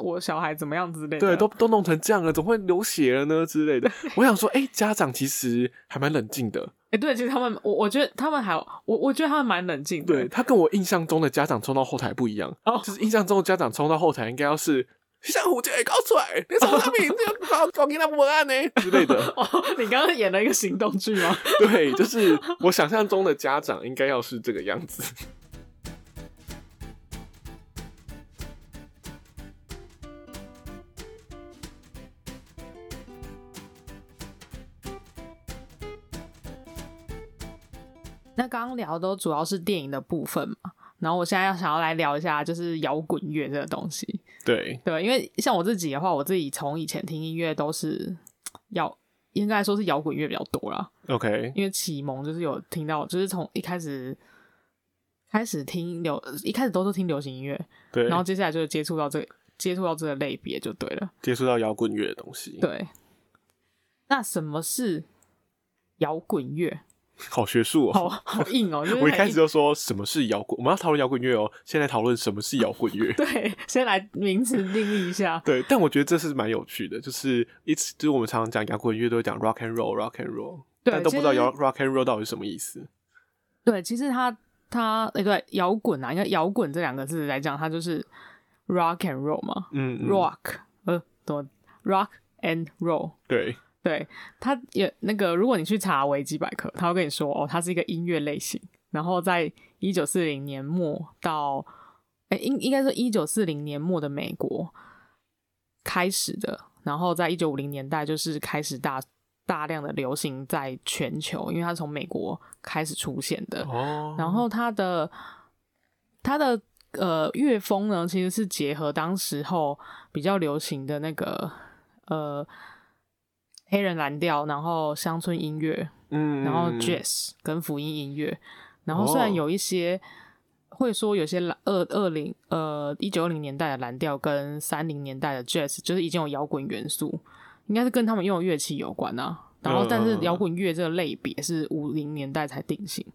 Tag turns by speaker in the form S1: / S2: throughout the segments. S1: 我小孩怎么样之类的。
S2: 对，都都弄成这样了，怎么会流血了呢之类的？我想说，哎、家长其实还蛮冷静的。
S1: 哎、对，其实他们，我我觉得他们还，我我觉得他们蛮冷静的。
S2: 对他跟我印象中的家长冲到后台不一样，
S1: 哦
S2: 就是印象中的家长冲到后台应该要是像虎姐搞出来，你从上面就搞搞给他文案呢之类的。
S1: 哦， 你刚刚演了一个行动剧吗？
S2: 对，就是我想象中的家长应该要是这个样子。
S1: 那刚刚聊都主要是电影的部分嘛，然后我现在要想要来聊一下就是摇滚乐这个东西。
S2: 对，
S1: 对，因为像我自己的话，我自己从以前听音乐都是摇，应该说是摇滚乐比较多啦。
S2: OK，
S1: 因为启蒙就是有听到，就是从一开始开始听流，一开始都是听流行音乐，
S2: 对，
S1: 然后接下来就接触到这个接触到这个类别就对了。
S2: 接触到摇滚乐的东西，，
S1: 对，那什么是摇滚乐？
S2: 好学术哦。
S1: 好好硬 哦，就是
S2: 我一
S1: 很
S2: 开
S1: 硬
S2: 始就说什么是摇滚，我们要讨论摇滚乐哦，现在讨论什么是摇滚乐。
S1: 对，先来名词定义一 下。
S2: 对，但我觉得这是蛮有趣的，就是一直就是我们常常讲摇滚乐都会讲 rock and roll，rock and roll，
S1: 对
S2: 但都不知道
S1: 其实
S2: 摇 rock and roll 到底是什么意思。
S1: 对，其实它它诶、对摇滚啊，因为摇滚这两个字来讲，它就是 rock and roll 嘛、
S2: 嗯嗯
S1: r o c k 呃，怎么 rock and roll？
S2: 对，
S1: 对，它也那个，如果你去查维基百科，它会跟你说哦，它是一个音乐类型。然后在一九四零年末到，哎、应应该是一九四零年末的美国开始的，然后在一九五零年代就是开始大大量的流行在全球，因为它是从美国开始出现的。
S2: 哦，
S1: 然后它的它的呃乐风呢，其实是结合当时候比较流行的那个呃黑人蓝调，然后乡村音乐，
S2: 嗯，
S1: 然后 jazz 跟福音音乐，然后虽然
S2: 哦
S1: 有一些。会说有些蓝二二零呃一九二零年代的蓝调跟三零年代的 jazz 就是已经有摇滚元素，应该是跟他们用的乐器有关啊。然后，但
S2: 嗯
S1: 是
S2: 嗯嗯
S1: 摇滚乐这个类别是五零年代才定型。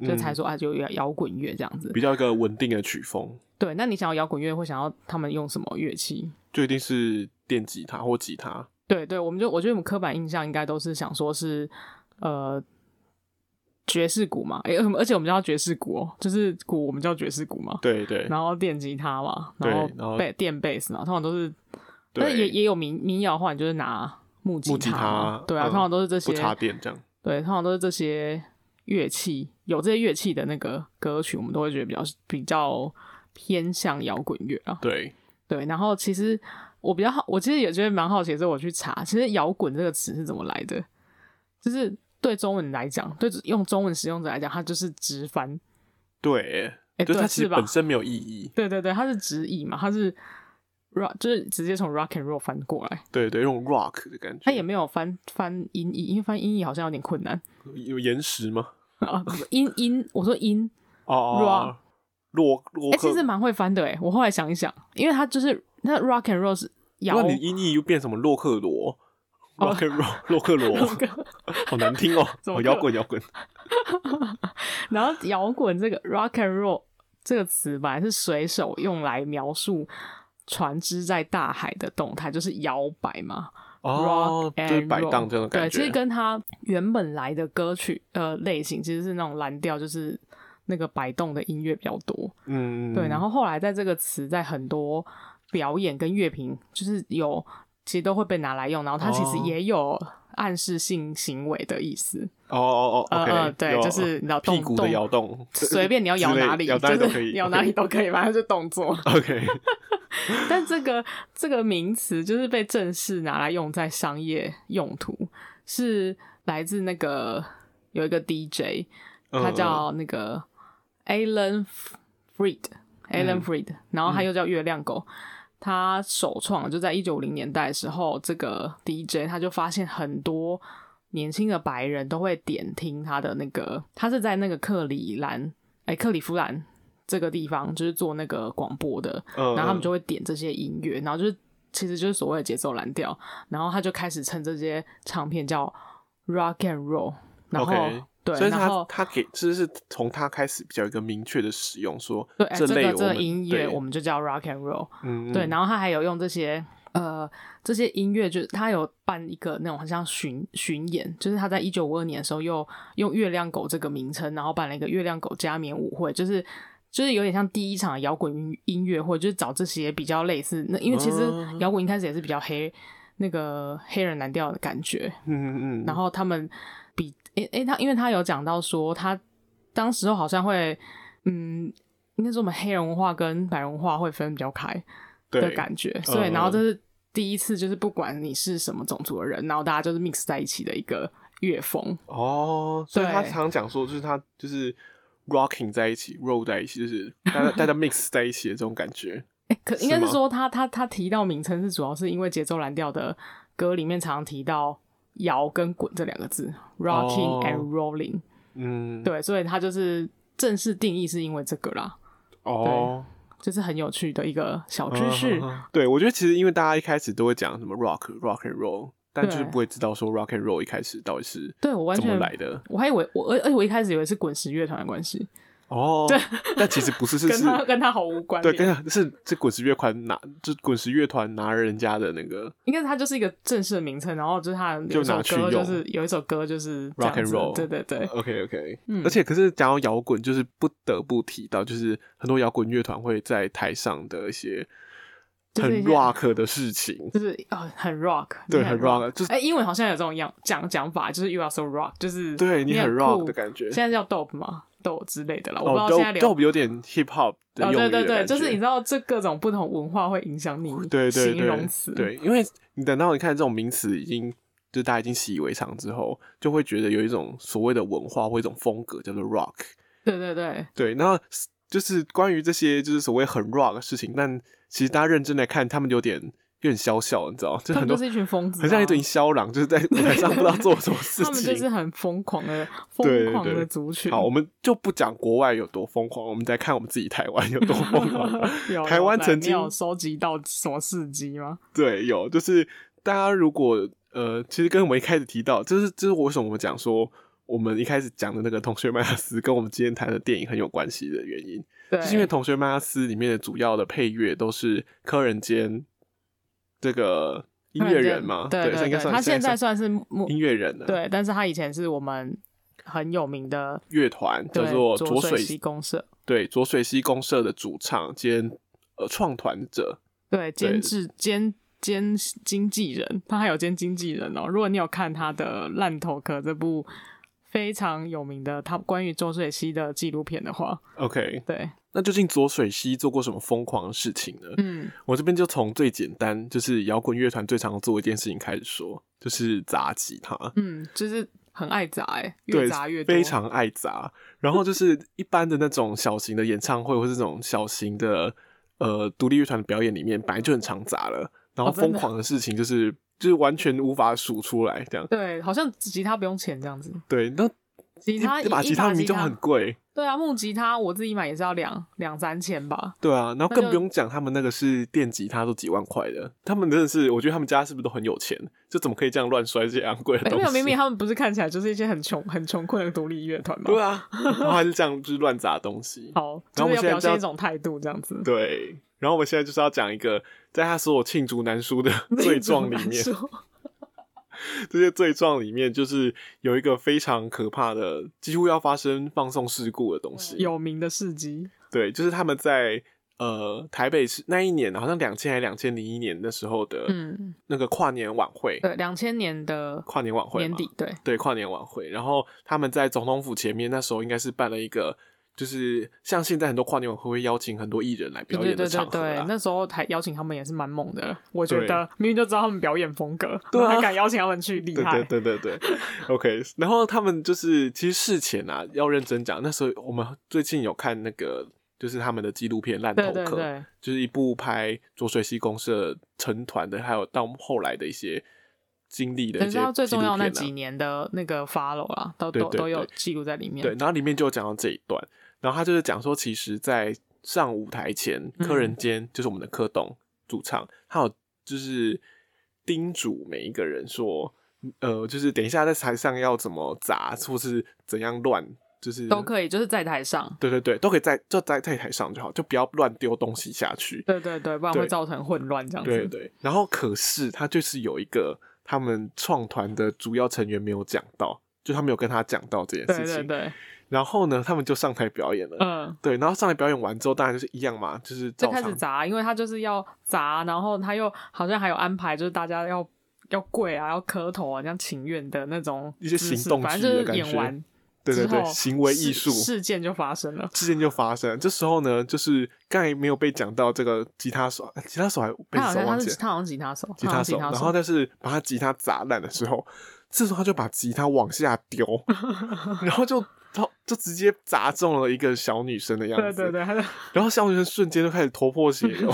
S1: 就才
S2: 嗯
S1: 说啊，就摇摇滚乐这样子。
S2: 比较一个稳定的曲风，
S1: 对，那你想要摇滚乐，会想要他们用什么乐器？
S2: 就一定是电吉他或吉他。
S1: 对对，我们就我觉得我们刻板印象应该都是想说是呃爵士鼓嘛，诶而且我们叫爵士鼓哦，就是鼓我们叫爵士鼓嘛，
S2: 对对
S1: 然后电吉他嘛，
S2: 对
S1: 然
S2: 然后
S1: 贝电贝斯嘛，通常都是，
S2: 对
S1: 那也也有民民谣的话，你就是拿木吉
S2: 木吉
S1: 嘛
S2: 他
S1: 对啊，
S2: 嗯
S1: 通常都是这
S2: 不
S1: 些，
S2: 插电这样。
S1: 对，通常都是这些乐器，有这些乐器的那个歌曲，我们都会觉得比较比较偏向摇滚乐啊。
S2: 对，
S1: 对，然后其实我比较好，我其实也觉得蛮好奇，所以我去查，其实“摇滚”这个词是怎么来的？就是对中文来讲，对用中文使用者来讲，它就是直翻，
S2: 对，
S1: 哎、
S2: 就是
S1: 对，
S2: 它其
S1: 是
S2: 实
S1: 吧
S2: 本？身没有意义。
S1: 对对对，它是直译嘛，它是 rock，就是直接从 rock and roll 翻过来，
S2: 对对，那种 rock 的感觉。
S1: 它也没有翻翻音译，因为翻音译好像有点困难
S2: 有岩石吗？
S1: 啊。不是音音，我说音，
S2: 哦哦，哦洛洛
S1: 哎、
S2: 克。
S1: 其实蛮会翻的哎、我后来想一想，因为它就是那 rock and roll 是摇
S2: 那你音译又变什么洛克罗
S1: 哦
S2: ？rock and roll，洛克罗，
S1: 那个
S2: 好难听哦，
S1: 怎么克
S2: 好摇滚摇滚。
S1: 然后摇滚这个 rock and roll 这个词本来是水手用来描述船只在大海的动态，就是摇摆嘛、
S2: 哦
S1: rock，and
S2: 就是摆
S1: roll
S2: 荡这种感
S1: 对，其
S2: 觉
S1: 实。跟它原本来的歌曲呃类型其实是那种蓝调，就是那个摆动的音乐比较多。
S2: 嗯，
S1: 对，然后后来在这个词在很多表演跟乐评，就是有其实都会被拿来用，然后它其实
S2: 哦
S1: 也有暗示性行为的意思。
S2: 哦哦哦
S1: 呃
S2: ，OK，
S1: 呃，对，
S2: 有
S1: 就是你知道
S2: 屁
S1: 动
S2: 股的
S1: 动
S2: 摇动，
S1: 随便你要摇
S2: 之类
S1: 哪里，
S2: 摇哪里
S1: 就
S2: 都
S1: 是
S2: 可以，。
S1: 摇哪里都可以，反正就动作
S2: OK，
S1: 但这个这个名词就是被正式拿来用在商业用途，是来自那个有一个 DJ，
S2: 嗯
S1: 他叫那个 Alan Freed，Alan
S2: 嗯
S1: Freed，、然后他又叫月亮狗。他首创就在一九五零年代的时候，这个 DJ 他就发现很多年轻的白人都会点听他的那个，他是在那个克里兰，哎、克里夫兰这个地方就是做那个广播的，
S2: 嗯，
S1: 然后他们就
S2: 会
S1: 会点这些音乐，然后就是其实就是所谓的节奏蓝调，然后他就开始称这些唱片叫 rock and roll，然后
S2: OK
S1: 对，
S2: 所以
S1: 然
S2: 他
S1: 后
S2: 他给就是从他开始比较有一个明确的使用，说
S1: 对哎这
S2: 类
S1: 个
S2: 我
S1: 这个
S2: 们
S1: 音乐
S2: 对
S1: 我们就叫 rock and roll。
S2: 嗯
S1: 对，
S2: 嗯
S1: 然后他还有用这些呃这些音乐，就是他有办一个那种很像巡巡演，就是他在一九五二年的时候又用月亮狗这个名称，然后办了一个月亮狗加冕舞会，就是。就是有点像第一场摇滚音音乐会，就是找这些比较类似那，因为其实
S2: 哦
S1: 摇滚一开始也是比较黑那个黑人蓝调的感觉，
S2: 嗯嗯嗯，
S1: 然后他们比诶诶，他因为他有讲到说，他当时候好像会嗯，应该说我们黑人文化跟白人文化会分比较开，的
S2: 对
S1: 感觉，所以
S2: 嗯
S1: 然后这是第一次，就是不管你是什么种族的人，然后大家就是 mix 在一起的一个乐风，
S2: 哦，所以他
S1: 对
S2: 常讲说，就是他就是 rocking 在一起，roll 在一起，就是大家大家 mix 在一起的这种感觉。
S1: 诶可
S2: 是
S1: 应该是
S2: 吗
S1: 说他他他提到名称是主要是因为节奏蓝调的歌里面常常提到摇跟滚这两个字，rocking
S2: 哦
S1: and rolling，、
S2: 嗯，，
S1: 对，所以他就是正式定义是因为这个啦，
S2: 哦，
S1: 就是很有趣的一个小知识。
S2: 嗯对，我觉得其实因为大家一开始都会讲什么 rock rock and roll，但就是
S1: 对
S2: 不会知道说 rock and roll 一开始到底是
S1: 对我完
S2: 怎么
S1: 全
S2: 来的。
S1: 我还以为我而而且我一开始以为是滚石乐团的关系，
S2: 哦，对，但其实 不是，是
S1: 跟
S2: 是。
S1: 他跟他毫无关
S2: 对，
S1: 联。
S2: 跟是这滚石乐团拿，就滚石乐团拿人家的那个
S1: 应该是它就是一个正式的名称，然后就是它有
S2: 就
S1: 一首
S2: 拿去
S1: 歌
S2: 用
S1: 就是有一首歌就是这样
S2: Rock and
S1: 子
S2: roll
S1: 对对对，
S2: OK OK，
S1: 嗯
S2: 而且可是讲到摇滚，就是不得不提到，就是很多摇滚乐团会在台上的一些
S1: 就是一
S2: 很
S1: 些
S2: rock 的事情，
S1: 就是呃很 rock，
S2: 对，
S1: 你
S2: 很
S1: 很
S2: rock，就是
S1: 哎、英文好像有这种样讲讲法，就是 you are so rock，就是
S2: 对你很
S1: 很
S2: rock
S1: 酷
S2: 的感觉
S1: 现在叫 dope 嘛，dope 之类的啦，哎我不知
S2: 哦
S1: 道现在流。
S2: ，dope dope 有点 hip hop 的
S1: 哦，
S2: 用
S1: 对
S2: 语的
S1: 对对，
S2: 感
S1: 就是
S2: 觉
S1: 你知道这各种不同文化会影响你
S2: 对对
S1: 形容
S2: 对
S1: 词，
S2: 对，因为你等到你看这种名词已经。就是大家已经习以为常之后，就会觉得有一种所谓的文化或一种风格叫做 rock。
S1: 对对对
S2: 对，那就是关于这些就是所谓很 rock 的事情，但其实大家认真来看，他们有点有点小小，你知道，就
S1: 他们
S2: 很多
S1: 就是一群疯子啊
S2: 很像一群肖郎，就是在舞台上 不知道做什么事情。
S1: 他们就是很疯狂的
S2: 对
S1: 疯狂
S2: 对
S1: 的族群。。
S2: 好，我们就不讲国外有多疯狂，我们再看我们自己台湾有多疯狂
S1: 有
S2: 台湾
S1: 有
S2: 曾
S1: 你
S2: 经
S1: 有收集到什么事迹吗？
S2: 对，有就是大家如果呃，其实跟我们一开始提到，就是就是我为什么我们讲说我们一开始讲的那个《同学麦克斯》跟我们今天谈的电影很有关系的原因，
S1: 对，
S2: 就是因为《同学麦克斯》里面的主要的配乐都是柯仁坚这个音乐人嘛，
S1: 对
S2: 所以
S1: 对
S2: 应该
S1: 对，
S2: 算
S1: 他现在算
S2: 算
S1: 是幕
S2: 音乐人了，，
S1: 对，但是他以前是我们很有名的
S2: 乐团叫
S1: 对
S2: 做
S1: 浊
S2: 浊
S1: 水溪
S2: 水
S1: 公社，
S2: 对浊水溪公社的主唱兼呃创团者，
S1: 对，监制兼兼经纪人，他还有兼经纪人哦。如果你有看他的《烂头壳》这部非常有名的他关于浊水溪的纪录片的话，
S2: OK，
S1: 对，
S2: 那究竟浊水溪做过什么疯狂的事情呢？
S1: 嗯，
S2: 我这边就从最简单，就是摇滚乐团最常做的一件事情开始说，就是砸吉他。
S1: 嗯，就是很爱砸、欸，越
S2: 对
S1: 砸越，多，
S2: 非常爱砸。然后就是一般的那种小型的演唱会，或是这种小型的呃独立乐团的表演里面，本来就很常砸了。然后
S1: 哦真的
S2: 疯狂的事情就是、就是完全无法数出来，这样
S1: 对，好像吉他不用钱这样子，
S2: 对。那
S1: 吉他
S2: 一把吉他
S1: 他
S2: 明明就很贵，
S1: 对啊，木吉他我自己买也是要两两三千吧，
S2: 对啊。然
S1: 那
S2: 后更
S1: 就
S2: 不用讲他们那个是电吉他，都几万块的。他们真的是，我觉得他们家是不是都很有钱？就怎么可以这样乱摔这些昂贵的
S1: 哎没
S2: 东西？
S1: 有，明明他们不是看起来就是一些很穷、很穷困的独立乐团吗？
S2: 对啊， 然后还是这样就是乱砸东西。
S1: 好，
S2: 然
S1: 就
S2: 后我
S1: 是
S2: 们
S1: 要
S2: 现在
S1: 表
S2: 就
S1: 现
S2: 要
S1: 一种态度这样子。
S2: 对，然后我们现在就是要讲一个，在他所有罄竹难 书的罪状
S1: 这
S2: 里面
S1: 一，种来 说
S2: 这些罪状里面就是有一个非常可怕的，几乎要发生放送事故的东西。
S1: 有名的事迹，
S2: 对，就是他们在呃台北市那一年，好像两千还两千零一年那时候的
S1: 嗯，
S2: 那个跨年晚会，
S1: 对，两千年的
S2: 跨年晚会
S1: 年
S2: 嘛
S1: 底，对，
S2: 对跨年晚会，然后他们在总统府前面那时候应该是办了一个。就是像现在很多跨年晚会会邀请很多艺人来
S1: 对
S2: 表
S1: 对
S2: 演的
S1: 对对
S2: 场合啊
S1: 对
S2: 啦，
S1: 那时候还邀请他们也是蛮猛的，我觉
S2: 对
S1: 得明明就知道他们表演风格，然
S2: 对啊
S1: 后还敢邀请他们 去，厉
S2: 对
S1: 害。
S2: 对对对 对，OK。然后他们就是其实事前啊，要认真讲。那时候我们最近有看那个，就是他们的纪录片《烂头
S1: 对
S2: 壳》
S1: 对对，
S2: 就是一部拍浊水溪公社成团的，还有到后来的一些经历的
S1: 等
S2: 一
S1: 于
S2: 些、
S1: 他最重要那
S2: 纪
S1: 几
S2: 录片啊
S1: 年的那个 follow 啦，都
S2: 对
S1: 都
S2: 对
S1: 都有
S2: 对
S1: 记录在里
S2: 啊
S1: 面。
S2: 对，然后里面就有讲到这一段，然后他就是讲说，其实，在上舞台前，
S1: 嗯
S2: 柯仁坚就是我们的柯董主唱，他有就是叮嘱每一个人说，呃，就是等一下在台上要怎么砸，或是怎样乱，就是
S1: 都可以，就是在台上。
S2: 对对对，都可以在就在在台上就好，就不要乱丢东西下去。
S1: 对对对，不然
S2: 对
S1: 会造成混乱这样子。
S2: 对对，然后可是他就是有一个他们创团的主要成员没有讲到，就他没有跟他讲到这件
S1: 对
S2: 事情。
S1: 对对，
S2: 然后呢，他们就上台表演了。
S1: 嗯，
S2: 对，然后上台表演完之后，当然就是一样嘛，就是
S1: 就
S2: 照
S1: 开始
S2: 常。
S1: 砸，因为他就是要砸，然后他又好像还有安排，就是大家要要跪啊，要磕头啊，这样情愿的那种
S2: 一些
S1: 姿势
S2: 行动
S1: 反
S2: 剧的
S1: 正就是
S2: 感
S1: 演
S2: 觉
S1: 完
S2: 对对
S1: 之
S2: 对，
S1: 后
S2: 行为
S1: 事
S2: 艺术
S1: 事件就发生了。
S2: 事件就发生了。这时候呢，就是刚才没有被讲到这个吉他手，呃吉他手还被
S1: 他好
S2: 手
S1: 像他
S2: 忘记
S1: 是
S2: 了，
S1: 他好像吉他手，
S2: 吉
S1: 他好
S2: 他
S1: 像吉
S2: 手。
S1: 他
S2: 然
S1: 手，
S2: 后但是把他吉他砸烂的时候，这时候他就把吉他往下 丢，然后就他就直接砸中了一个小女生的样
S1: 对
S2: 子。
S1: 对对，他就
S2: 然后小女生瞬间就开始头破血 流，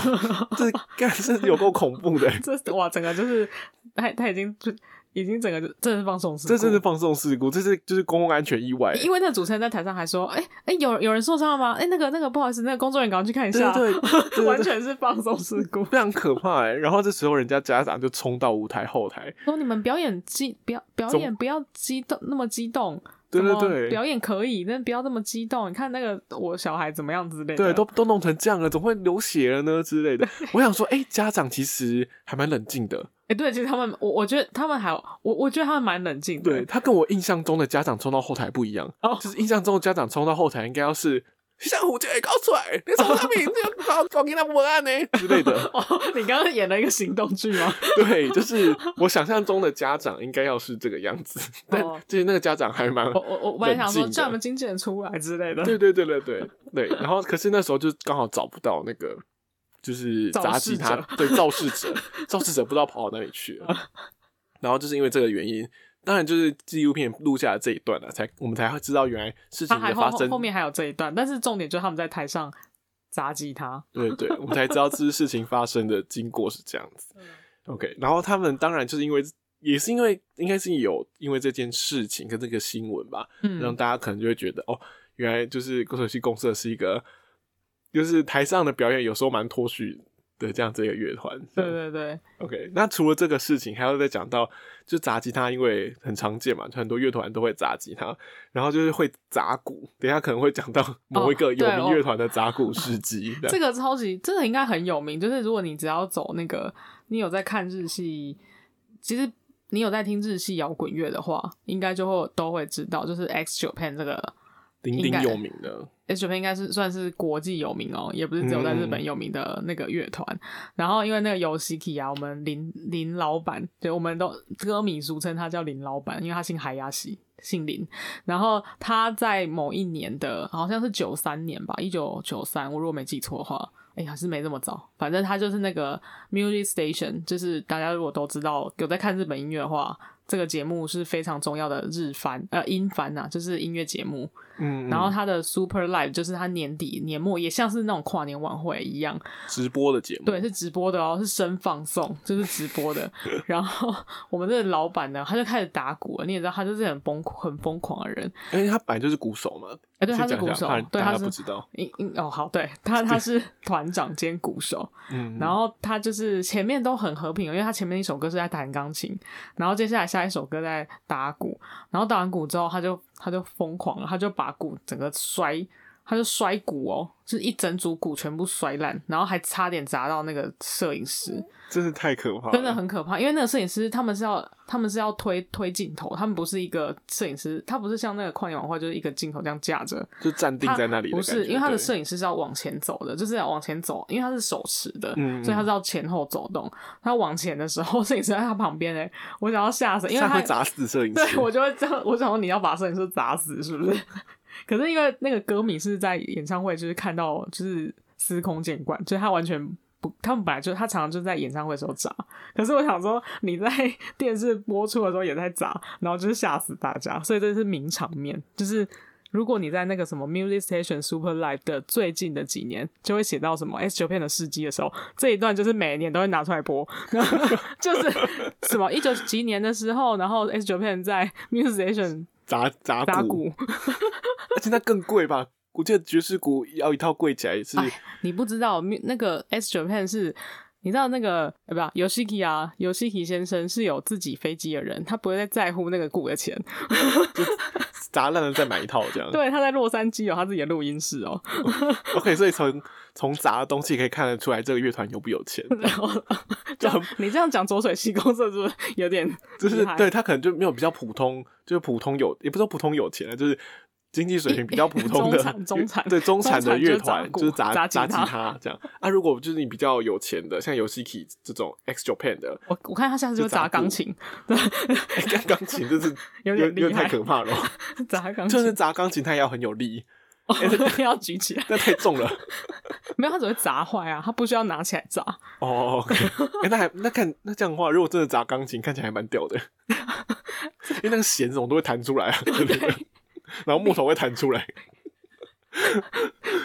S2: 这干是有够恐怖的、
S1: 这哇，整个就是他他已经就已经整个就真的是放松事故，
S2: 这真是放纵事故，这是就是公共安全意外、
S1: 因为那个主持人在台上还说：“哎、哎、有有人受伤了吗？哎、那个那个，不好意思，那个工作人员赶快去看一下。
S2: 对对对对对
S1: 完全是放松事 故。
S2: 非常可怕哎、然后这时候人家家长就冲到舞台后台，
S1: 说你们表演激不要表
S2: 总
S1: 演不要激动那么激动，
S2: 对对
S1: 什么
S2: 对
S1: 表演可以，但不要那么激动。你看那个我小孩怎么样之类的，
S2: 对，都啊都弄成这样了，怎么会流血了呢之 类的？我想说，哎、家长其实还蛮冷静的，
S1: 哎、对，其实他们我我觉得他们还我我觉得他们蛮冷静的，
S2: 对他跟我印象中的家长冲到后台不一样，
S1: 哦
S2: 就是印象中的家长冲到后台应该要是。像虎姐搞出来，你从 上面就搞搞给他文案呢之类 的，
S1: 哦，你刚刚演了一个行动剧 吗？
S2: 对，就是我想象中的家长应该要是这个样子，但
S1: 哦
S2: 其实那个家长还蛮
S1: 我我我我本来想说
S2: 冷静的
S1: 叫你们经纪人出来之 类的，
S2: 对对对对对对。然后可是那时候就刚好找不到那个，就是
S1: 肇
S2: 砸
S1: 事
S2: 吉他
S1: 者
S2: 对肇事者，肇事者不知道跑到哪里去 了。然后就是因为这个原因，当然就是纪录片录下来这一段了，才我们才会知道原来事
S1: 他
S2: 情
S1: 还
S2: 的
S1: 后
S2: 发
S1: 后
S2: 生。
S1: 后面还有这一段，但是重点就是他们在台上砸吉他，
S2: 对对，我们才知道这事情发生的经过是这样子
S1: 嗯。
S2: OK，然后他们当然就是因为。也是因为应该是有因为这件事情跟这个新闻吧，让
S1: 嗯，
S2: 大家可能就会觉得哦，原来就是歌手系公社是一个，就是台上的表演有时候蛮脱序的这样子一个乐团。
S1: 对对对，
S2: OK，那除了这个事情，还要再讲到就砸吉他，因为很常见嘛，就很多乐团都会砸吉他，然后就是会砸鼓。等一下可能会讲到某一个有
S1: 对
S2: 名
S1: 哦
S2: 乐团的砸鼓 事迹。这
S1: 这
S2: 样
S1: 个超级这个应该很有名，就是如果你只要走那个，你有在看日系，其实你有在听日系摇滚乐的话，应该就会都会知道，就是 X Japan 这个。
S2: 鼎
S1: 应
S2: 鼎
S1: 该
S2: 有名的，
S1: H P 应该是算是国际有名哦，也不是只有在日本有名的那个乐团。然后因为那个 Yoshiki 啊，我们林林老板，对，我们都歌迷俗称他叫林老板，因为他姓海亚西，姓林。然后他在某一年的，好像是九三年吧，一九九三，我如果没记错的话，哎、还是没这么早。反正他就是那个 Music Station，就是大家如果都知道有在看日本音乐的话，这个节目是非常重要的日番呃音番呐、就是音乐节目。
S2: 嗯，
S1: 然后
S2: 嗯
S1: 他的 Super Live 就是他年底年末也像是那种跨年晚会一样，
S2: 直播的节目，
S1: 对，是直播的哦，是生放送，就是直播的。 然后我们这个老板呢，他就开始打鼓了，你也知道，他就是很疯很疯狂的人。
S2: 因哎为他本来就是鼓手嘛，
S1: 哎，对，
S2: 先
S1: 他是
S2: 讲一
S1: 鼓
S2: 下
S1: 手
S2: 怕，
S1: 对，
S2: 大
S1: 他
S2: 家
S1: 是
S2: 不知道，
S1: 嗯嗯哦，好，对他他 是团长兼鼓手。
S2: 嗯，
S1: 然后他就是前面都很和平，因为他前面一首歌是在弹钢琴，然后接下来下一首歌在打鼓，然后打完鼓之后，他就他就疯狂了，他就把鼓整个摔，他就摔鼓哦，就是一整组鼓全部摔烂，然后还差点砸到那个摄影师，
S2: 真是太可怕了，
S1: 真的很可怕。因为那个摄影师他们是要他们是要推推镜头，他们不是一个摄影师，他不是像那个跨年晚会就是一个镜头这样架着，
S2: 就站定
S1: 他
S2: 在那里的
S1: 不
S2: 感觉，
S1: 是，因为他的
S2: 对
S1: 摄影师是要往前走的，就是要往前走，因为他是手持的，
S2: 嗯
S1: 所以他是要前后走动。他往前的时候， 摄影师在他旁边哎、我想要吓死，因为
S2: 下
S1: 他
S2: 会砸死摄影师，
S1: 对我就会这样，我想说你要把摄影师砸死是不是？ 可是因为那个歌迷是在演唱会，就是看到就是司空见惯，就是他完全不，他们本来就他常常就在演唱会的时候砸。可是我想说你在 电视播出的时候也在砸，然后就是吓死大家，所以这是名场面。就是如果你在那个什么 Music Station Super Live 的最近的几年，就会写到什么 S 九片的事迹的时候，这一段就是每年都会拿出来播， 然后就是 什么一九几年的时候，然后 S 九片在 Music Station
S2: 砸砸
S1: 打鼓，
S2: 而且那更贵吧？我记得爵士鼓要一套贵起来是
S1: 哎你不知道那个 S Japan 是你知道那个呃，不啊，Yoshiki 啊，Yoshiki 先生是有自己飞机的人，他不会再在乎那个雇的钱。
S2: 砸烂了再买一套这样。
S1: 对，他在洛杉矶有他自己的录音室哦。
S2: OK，所以从从砸的东西可以看得出来这个乐团有不有钱，
S1: 然后这样你这样讲浊水溪公社是不是有点
S2: 就是
S1: 厉害
S2: 对他可能就没有比较普通，就是普通有也不是说普通有钱啊，就是经济水平比较普通的
S1: 中产中产
S2: 对中产的乐团，
S1: 中产
S2: 就
S1: 就是是
S2: 砸
S1: 砸
S2: 吉
S1: 砸吉他
S2: 他这样啊。如果就是你比较有钱的，像游戏 k 这种 X Japan 的，
S1: 我我看他下次就
S2: 就砸
S1: 砸
S2: 鼓
S1: 钢琴，
S2: 哎钢钢琴就是
S1: 有
S2: 有
S1: 点厉
S2: 有点太
S1: 害
S2: 可怕了哦，
S1: 砸钢
S2: 就
S1: 琴
S2: 是砸钢琴他也要很有力，
S1: 哦要举起来，
S2: 那太重了。
S1: 没有他只会砸坏啊，他不需要拿起来砸。
S2: 哦、o k 欸那还那看那这样的话，如果真的砸钢琴，看起来还蛮屌 的，因为那个弦什么都会弹出来啊，对不对然后木头会弹出来。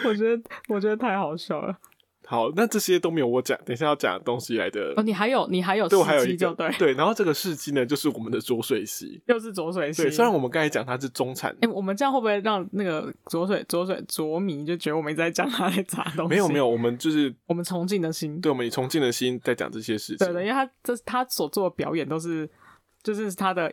S1: 我觉得我觉得太好笑了。
S2: 好，那这些都没有我讲，等一下要讲的东西来的。
S1: 哦，你还有你还有
S2: 对我还有
S1: 司
S2: 一
S1: 机
S2: 个
S1: 就对，
S2: 对，然后这个世纪呢，就是我们的浊水溪。
S1: 又是浊水溪。
S2: 对，虽然我们刚才讲它是中产，
S1: 哎、我们这样会不会让那个浊水浊水浊迷就觉得我们一直在讲他在砸东西？
S2: 没有没，有，我们就是
S1: 我们崇敬的心。
S2: 对我们以崇敬的心在讲这些事情。
S1: 对的，因为他这他所做的表演都是，就是他的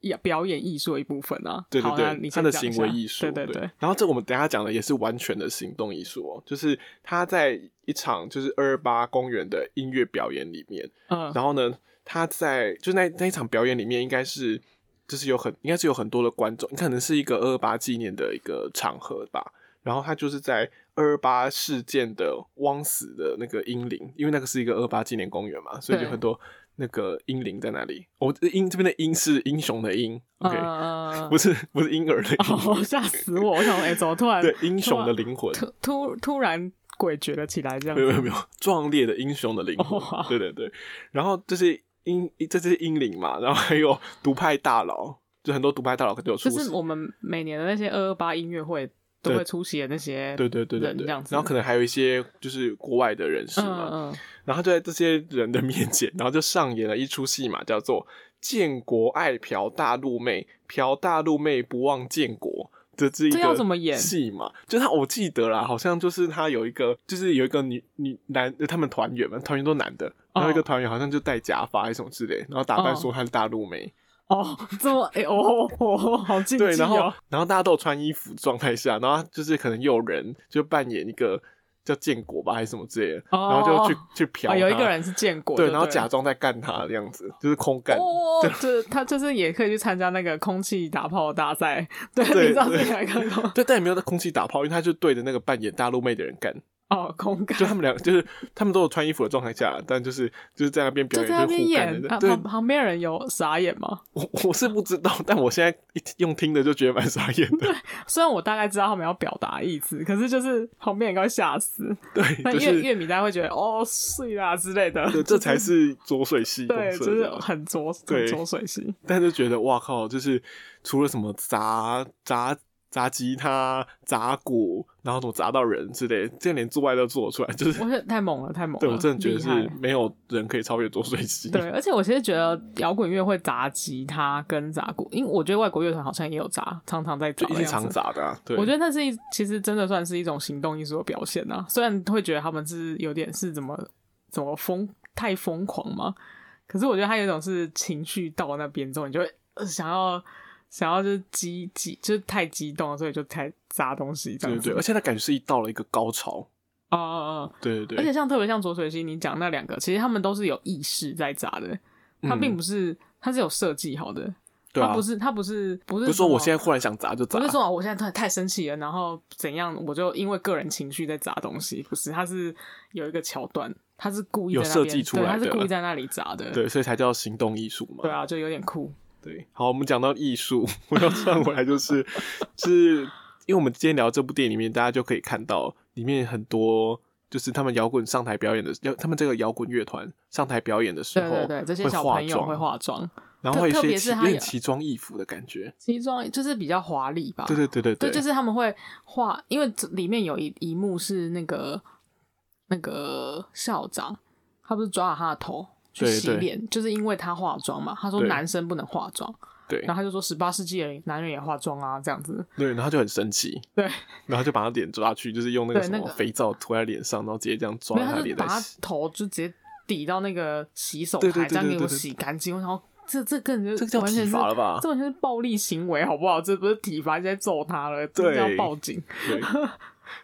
S1: 也表演艺术的一部分啊。
S2: 对对
S1: 好那
S2: 对，
S1: 你
S2: 他
S1: 先
S2: 的
S1: 讲一
S2: 行
S1: 下
S2: 为艺术，
S1: 对对。
S2: 然后这我们等一下讲的也是完全的行动艺术哦，就是他在一场就是二二八公园的音乐表演里面，
S1: 嗯，
S2: 然后呢，他在就那那一场表演里面应该是。就是有很应该是有很多的观众，可能是一个二二八纪念的一个场合吧。然后他就是在二二八事件的汪死的那个英灵，因为那个是一个二二八纪念公园嘛，所以就
S1: 对
S2: 很多那个英灵在那里。我、英这边的英是英雄的英，OK，、
S1: 呃
S2: 不是不是婴儿的婴，
S1: 哦，吓死我！我想，哎、怎么突然
S2: 对英雄的灵魂，
S1: 突突突然诡谲了起来？这样
S2: 没有没有没有，壮烈的英雄的灵
S1: 哦
S2: 魂，
S1: 好
S2: 对对对。然后这些英这些英灵嘛，然后还有独派大佬，就很多独派大佬可能有出
S1: 就
S2: 席，
S1: 是我们每年的那些二二八音乐会都
S2: 对
S1: 会出席的那些，
S2: 对对对对
S1: 人
S2: 对。
S1: 这样子
S2: 然后可能还有一些就是国外的人士
S1: 嗯
S2: 嘛，
S1: 嗯，
S2: 然后就在这些人的面前，然后就上演了一出戏嘛，叫做《建国爱嫖大陆妹，嫖大陆妹不忘建国》。这是一
S1: 这要
S2: 个
S1: 怎么演
S2: 戏嘛？就他我记得啦，好像就是他有一个，就是有一个女女男，呃他们团员嘛，团员都男的，然后一个团员好像就戴假发还是什么之类，然后打扮
S1: 哦
S2: 说他是大陆妹，
S1: 哦，这么哎、哦哦，好禁忌哦。
S2: 对，然后然后大家都有穿衣服状态下，然后就是可能有人就扮演一个叫建国吧还是什么之类的，
S1: 哦
S2: 然后就去去嫖
S1: 啊，有一
S2: 他
S1: 个人是建国，
S2: 对，
S1: 就
S2: 然后
S1: 了
S2: 假装在干他这样子，就是空干。
S1: 哦，就是他就是也可以去参加那个空气打炮大赛，对，
S2: 对
S1: 你知道这个看过
S2: 对，但也没有在空气打炮，因为他就对着那个扮演大陆妹的人干，
S1: 哦，空感
S2: 就他们俩就是他们都有穿衣服的状态下，但就是就是在那边表
S1: 就
S2: 演
S1: 在那
S2: 就是
S1: 边
S2: 互干
S1: 演，
S2: 的。
S1: 啊、
S2: 对，
S1: 旁旁边人有傻眼吗？
S2: 我我是不知道，但我现在一听用听的就觉得蛮傻眼的。
S1: 虽然我大概知道他们要表达意思，可是就是旁边人该吓死， 那
S2: 对，就
S1: 乐
S2: 是
S1: 乐迷大家会觉得哦碎啦之类的，
S2: 对，这才是浊水系公
S1: 对，
S2: 社
S1: 就
S2: 这
S1: 是
S2: 样
S1: 很浊
S2: 对
S1: 很浊水系，
S2: 但就觉得哇靠，就是除了什么砸砸砸吉他、砸鼓，然后怎么砸到人之类，这连做爱都做得出来，就是
S1: 我觉得太猛了，太猛了，
S2: 对我真的觉得
S1: 厉
S2: 是
S1: 害
S2: 没有人可以超越浊水溪。
S1: 对，而且我其实觉得摇滚乐会砸吉他跟砸鼓，因为我觉得外国乐团好像也有砸，常常在砸
S2: 就
S1: 的样
S2: 一
S1: 子，
S2: 直常砸的、啊，对，
S1: 我觉
S2: 得
S1: 得那是一，其实真的算是一种行动艺术的表现啊。虽然会觉得他们是有点是怎么怎么疯太疯狂嘛，可是我觉得他有一种是情绪到那边之后，你就会呃想要想要就是激激，就是太激动了，所以就太砸东西这
S2: 对
S1: 样子。
S2: 对对，而且他感觉是一到了一个高潮，
S1: 哦哦哦，
S2: 对对
S1: 而
S2: 对，
S1: 且像特别像左水溪，你讲那两个，其实他们都是有意识在砸的，他
S2: 嗯
S1: 并不是他是有设计好的，
S2: 对啊，
S1: 他不是他不是不是
S2: 不是说我现
S1: 在。
S2: 在忽然想砸就砸，
S1: 不是说啊我现在突然太生气了，然后怎样，我就因为个人情绪在砸东西，不是，他是有一个桥段，他是故意
S2: 有
S1: 在那
S2: 设
S1: 边
S2: 计出
S1: 对
S2: 来
S1: 他是
S2: 的
S1: 故意在那里砸的，
S2: 对，所以才叫行动艺术嘛。
S1: 对啊，就有点酷，
S2: 对，好，我们讲到艺术，我要转回来就是，就是因为我们今天聊这部电影里面，大家就可以看到里面很多就是他们摇滚上台表演的，要他们这个摇滚乐团上台表演的时
S1: 对
S2: 候，
S1: 对对，这些
S2: 会
S1: 小
S2: 化
S1: 朋友
S2: 妆，
S1: 会化妆，
S2: 然后还有
S1: 特特
S2: 一些
S1: 别是
S2: 奇
S1: 他
S2: 有点
S1: 有
S2: 奇装异服的感觉，
S1: 西装就是比较华丽吧，
S2: 对对对对
S1: 对，
S2: 对，
S1: 就是他们会画，因为这里面有一一幕是那个那个校长，他不是抓了他的头去
S2: 对
S1: 洗
S2: 对
S1: 脸，就是因为他化妆嘛，他说
S2: 对
S1: 男生不能化妆，
S2: 对
S1: 然后他就说十八世纪的男人也化妆啊，这样子，
S2: 对，然后他就很生气，
S1: 对。
S2: 然后就把他脸抓去，就是用那个
S1: 对
S2: 什
S1: 那
S2: 么
S1: 个
S2: 肥皂涂在脸上，然后直接这样抓
S1: 没有，
S2: 在
S1: 他就
S2: 脸
S1: 把
S2: 在
S1: 他
S2: 洗，
S1: 头就直接抵到那个洗手
S2: 对对
S1: 台，
S2: 对
S1: 这样
S2: 对
S1: 给
S2: 对
S1: 我
S2: 对
S1: 洗干净。然后这这更就
S2: 这个叫
S1: 完全
S2: 体
S1: 是
S2: 罚了吧
S1: 这？完全是暴力行为，好不好？这不是体罚，现在揍他了，这
S2: 对
S1: 是要报警。
S2: 对，好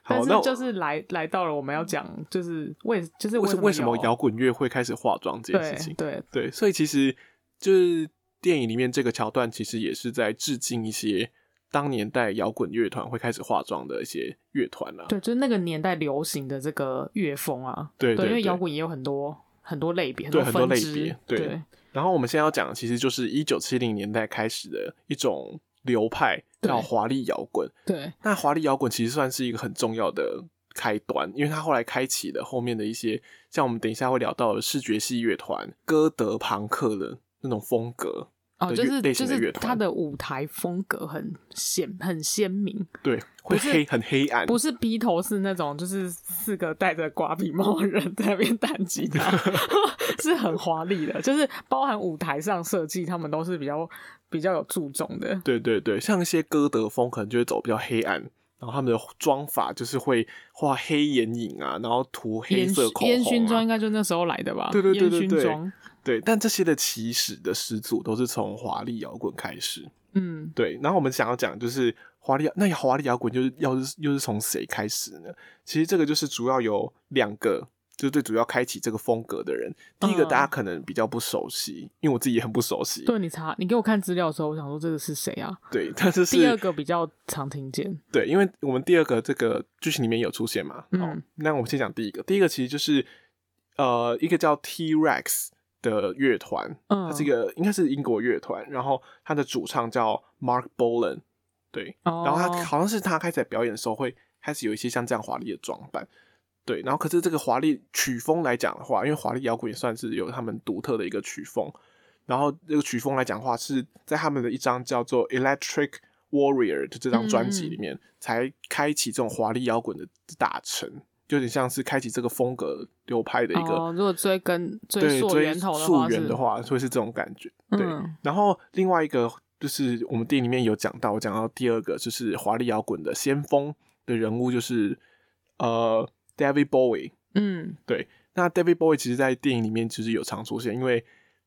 S1: 但，是
S2: 那我
S1: 就是来来到了我们要讲，就是为就是
S2: 为什为什么
S1: 有
S2: 摇滚乐会开始化妆这件
S1: 对
S2: 事情？嗯
S1: 对
S2: 对，所以其实就是电影里面这个桥段，其实也是在致敬一些当年代摇滚乐团会开始化妆的一些乐团啊啦。
S1: 对，就是那个年代流行的这个乐风啊，
S2: 对
S1: 对，因为
S2: 对
S1: 摇滚也有很多很多类别，
S2: 对很多
S1: 分
S2: 类
S1: 支
S2: 别，对
S1: 对
S2: 然后我们现在要讲的，其实就是一九七零年代开始的一种流派，叫
S1: 对
S2: 华丽摇滚。
S1: 对
S2: 那华丽摇滚其实算是一个很重要的开端，因为它后来开启了后面的一些，像我们等一下会聊到的视觉系乐团、哥德朋克的那种风格。
S1: 哦，
S2: 的
S1: 就
S2: 乐
S1: 是
S2: 类
S1: 就
S2: 型的
S1: 是
S2: 乐团
S1: 它的舞台风格很鲜很鲜明，
S2: 对，会
S1: 不是
S2: 黑很黑暗，
S1: 不是披头士那种，就是四个戴着瓜皮帽的人在那边弹吉 他，是很华丽的，就是包含舞台上设计，他们都是比较比较有注重的，
S2: 对对对，像一些歌德风可能就会走比较黑暗，然后他们的妆法就是会画黑眼影啊，然后涂黑
S1: 烟
S2: 色口
S1: 烟
S2: 红、
S1: 熏妆
S2: 啊
S1: 应。该就那时候来的吧？
S2: 对对对对
S1: 烟
S2: 对
S1: 熏妆，
S2: 对，但这些的起始的始祖都是从华丽摇滚开始。
S1: 嗯，
S2: 对，然后我们想要讲就是华丽，那华丽摇滚就是要是又是从谁开始呢？其实这个就是主要有两个，就是最主要开启这个风格的人。第一个
S1: 嗯
S2: 大家可能比较不熟悉，因为我自己也很不熟悉。
S1: 对你查，你给我看资料的时候，我想说这个是谁啊？
S2: 对，但是
S1: 第二
S2: 是
S1: 个比较常听见，
S2: 对，因为我们第二个这个剧情里面有出现嘛。好
S1: 嗯，
S2: 那我们先讲第一个，第一个其实就是呃一个叫 T Rex 的乐团，
S1: 嗯，
S2: 它是一个应该是英国乐团，然后它的主唱叫 Mark Bolan，对，
S1: 哦，
S2: 然后他好像是他开始表演的时候会开始有一些像这样华丽的装扮，对，然后可是这个华丽曲风来讲的话，因为华丽摇滚也算是有他们独特的一个曲风，然后这个曲风来讲的话是在他们的一张叫做《Electric Warrior》的这张专辑里
S1: 嗯
S2: 面、才开启这种华丽摇滚的大成，就有点像是开启这个风格流派的一个、
S1: 哦，如果追根追
S2: 对
S1: 溯
S2: 追
S1: 源头的话
S2: 溯
S1: 是，
S2: 源的话会是这种感觉，对。
S1: 嗯，
S2: 然后另外一个就是我们电影里面有讲到，我讲到第二个就是华丽摇滚的先锋的人物就是呃 David Bowie。
S1: 嗯
S2: 那 David Bowie 其实，在电影里面其实有常出现，因为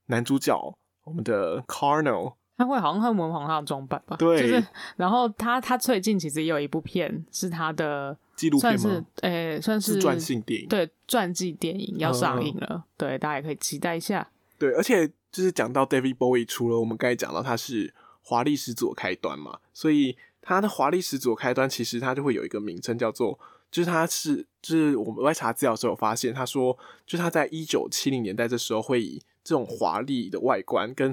S2: 男主角我们的 Carno
S1: 他会好像很模仿他的装扮吧？
S2: 对
S1: 就是然后他他最近其实也有一部片是他的
S2: 纪录
S1: 算
S2: 片
S1: 是
S2: 吗？
S1: 诶、算是
S2: 是传性电影。嗯
S1: 对传记电影要上映了，对大家也可以期待一下。
S2: 对，而且就是讲到 David Bowie，除了我们刚才讲到他是华丽始祖的开端嘛，所以他的华丽始祖的开端其实他就会有一个名称叫做，就是他是就是我们在查资料的时候有发现，他说就是他在一九七零年代这时候会以这种华丽的外观跟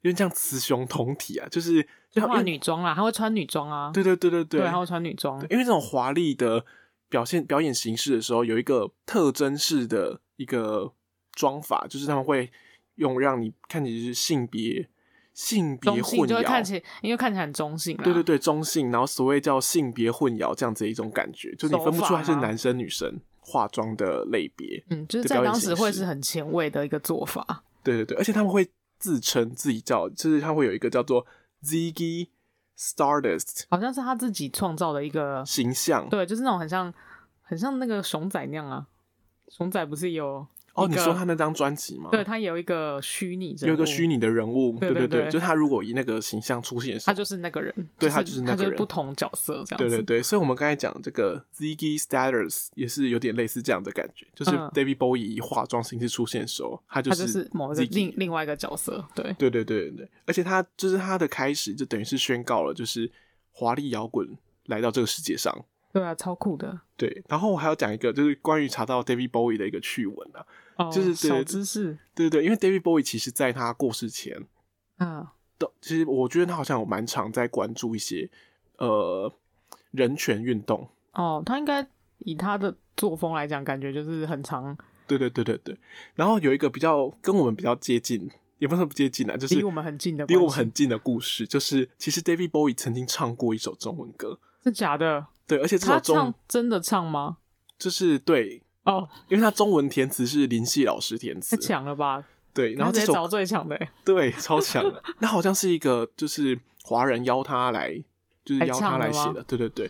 S2: 有点像雌雄同体啊，就是
S1: 就化
S2: 因为
S1: 女装啦，他会穿女装啊，
S2: 对对对对对，
S1: 对，他会穿女装
S2: 对，因为这种华丽的表现表演形式的时候，有一个特征式的一个妆法，就是他们会用让你看起来是性别性别
S1: 中性
S2: 混
S1: 就会看起来，
S2: 淆，
S1: 因为看起来很中性啦。
S2: 对对对，中性，然后所谓叫性别混淆这样子的一种感觉，就是你分不出来是
S1: 手法吗
S2: 男生女生化妆的类别。
S1: 嗯，就是
S2: 的
S1: 在
S2: 表演
S1: 当时
S2: 形
S1: 会
S2: 式
S1: 是很前卫的一个做法。
S2: 对对对，而且他们会自称自己叫，就是他会有一个叫做 Ziggy Stardust
S1: 好像是他自己创造的一个，
S2: 形象。
S1: 对，就是那种很像很像那个熊仔那样啊。熊仔不是有
S2: 哦，
S1: 一
S2: 你
S1: 个
S2: 说他那张专辑吗？
S1: 对他有一个虚拟人物，
S2: 有一个虚拟的人物，
S1: 对
S2: 对
S1: 对
S2: 对
S1: 对
S2: 就是他如果以那个形象出现的时
S1: 他
S2: 候，
S1: 就是那个人，
S2: 对
S1: 他
S2: 他就是那个
S1: 他就是
S2: 人
S1: 不同角色这样
S2: 对
S1: 子。
S2: 对对，所以我们刚才讲这个 Ziggy Status 也是有点类似这样的感觉，就是
S1: 嗯
S2: David Bowie 以化妆形式出现的时候，他就
S1: 他
S2: 是
S1: 就是某一个
S2: Ziggy
S1: 另另外一个角色，对，
S2: 对对对对对，而且他就是他的开始，就等于是宣告了，就是华丽摇滚来到这个世界上。
S1: 对啊，超酷的，
S2: 对，然后我还要讲一个，就是关于查到 David Bowie 的一个趣闻啊，
S1: 哦，
S2: 就是对
S1: 小知识，
S2: 对对对，因为 David Bowie 其实在他过世前，
S1: 嗯，
S2: 的，其实我觉得他好像有蛮常在关注一些呃人权运动。
S1: 哦，他应该以他的作风来讲，感觉就是很长，
S2: 对对对对对。然后有一个比较跟我们比较接近，也不是说不接近啊，就是
S1: 离我们很近的关系
S2: 离我们很近的故事，就是其实 David Bowie 曾经唱过一首中文歌，
S1: 是假的。
S2: 对，而且这
S1: 他
S2: 首中
S1: 唱真的唱吗？
S2: 就是对，
S1: 哦，
S2: 因为他中文填词是林夕老师填词
S1: 太，强了吧！
S2: 对，然后
S1: 他
S2: 这
S1: 直接找
S2: 首
S1: 最强的欸
S2: 对超强的，那好像是一个就是华人邀他来，就是
S1: 来
S2: 邀
S1: 唱
S2: 他
S1: 的
S2: 来写
S1: 吗
S2: 的，对对对。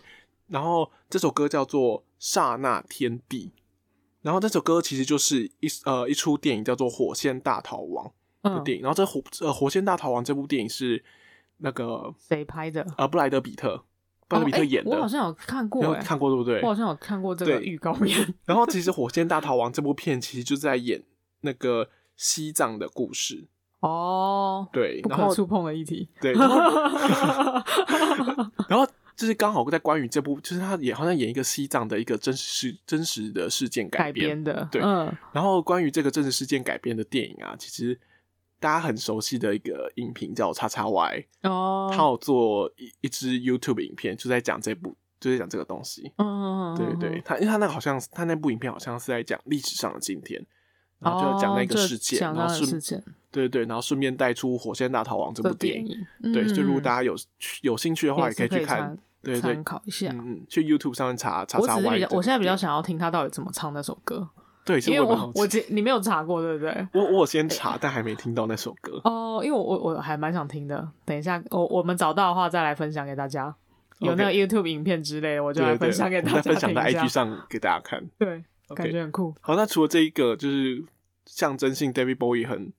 S2: 然后这首歌叫做《刹那天地》，然后这首歌其实就是一呃一出电影叫做《火线大逃亡》的
S1: 嗯，
S2: 电影，然后这火呃《火线大逃亡》这部电影是那个
S1: 谁拍的？
S2: 呃布莱德比特，布莱德比特
S1: 哦诶
S2: 演的，
S1: 我好像有看
S2: 你
S1: 过、
S2: 有
S1: 诶
S2: 看过对不对
S1: 我？好像有看过这个
S2: 对
S1: 预告片。
S2: 然后其实《火线大逃亡》这部片其实就在演那个西藏的故事，
S1: 哦，
S2: 对，
S1: 不
S2: 然
S1: 可
S2: 后
S1: 触碰的议 题。
S2: 对，然后然后就是刚好在关于这部，就是他也好像演一个西藏的一个真实事真实的事件改
S1: 改
S2: 编，
S1: 编的，
S2: 对
S1: 嗯，
S2: 然后关于这个真实事件改编的电影啊，其实大家很熟悉的一个影评叫《叉叉 Y》，
S1: 哦，
S2: 它有做一一支 YouTube 影片，就在讲这部，就在讲这个东西。
S1: 嗯，嗯，嗯
S2: 对对对，，他因为他那个好像是他那部影片好像是在讲历史上的今天，然后就要讲那个事件，
S1: 哦讲
S2: 然
S1: 那
S2: 后
S1: 个事
S2: 顺
S1: 件，
S2: 对对，然后顺便带出《火线大逃亡》这
S1: 这
S2: 部
S1: 电
S2: 电影。
S1: 影，嗯
S2: 对，所以如果大
S1: 家
S2: 家有有兴趣的话，也可以去看，对对
S1: 参，考一下。
S2: 嗯嗯，去 YouTube 上面查查
S1: 啊我
S2: 查
S1: 只是
S2: Y
S1: 比较
S2: 这，个
S1: 我现在比较
S2: 电
S1: 想要听他到底怎么唱那首歌，
S2: 影对，其
S1: 因
S2: 实
S1: 为
S2: 也蛮好
S1: 我
S2: 奇
S1: 我记你没有查过对不对？
S2: 我我有先查，但还没听到那首歌。
S1: 哦，因为我我我还蛮想听的，等一下我我们找到的话再来分享给大家，有那个 YouTube 影片之类的，我就
S2: 对
S1: 来
S2: 对对，
S1: 分享给
S2: 我
S1: 大
S2: 在
S1: 家
S2: 分享在
S1: 听一下
S2: IG 上给大家看。
S1: 对，感
S2: OK，
S1: 觉很酷。
S2: 好，那除了这一个就是象征性 David Bowie 很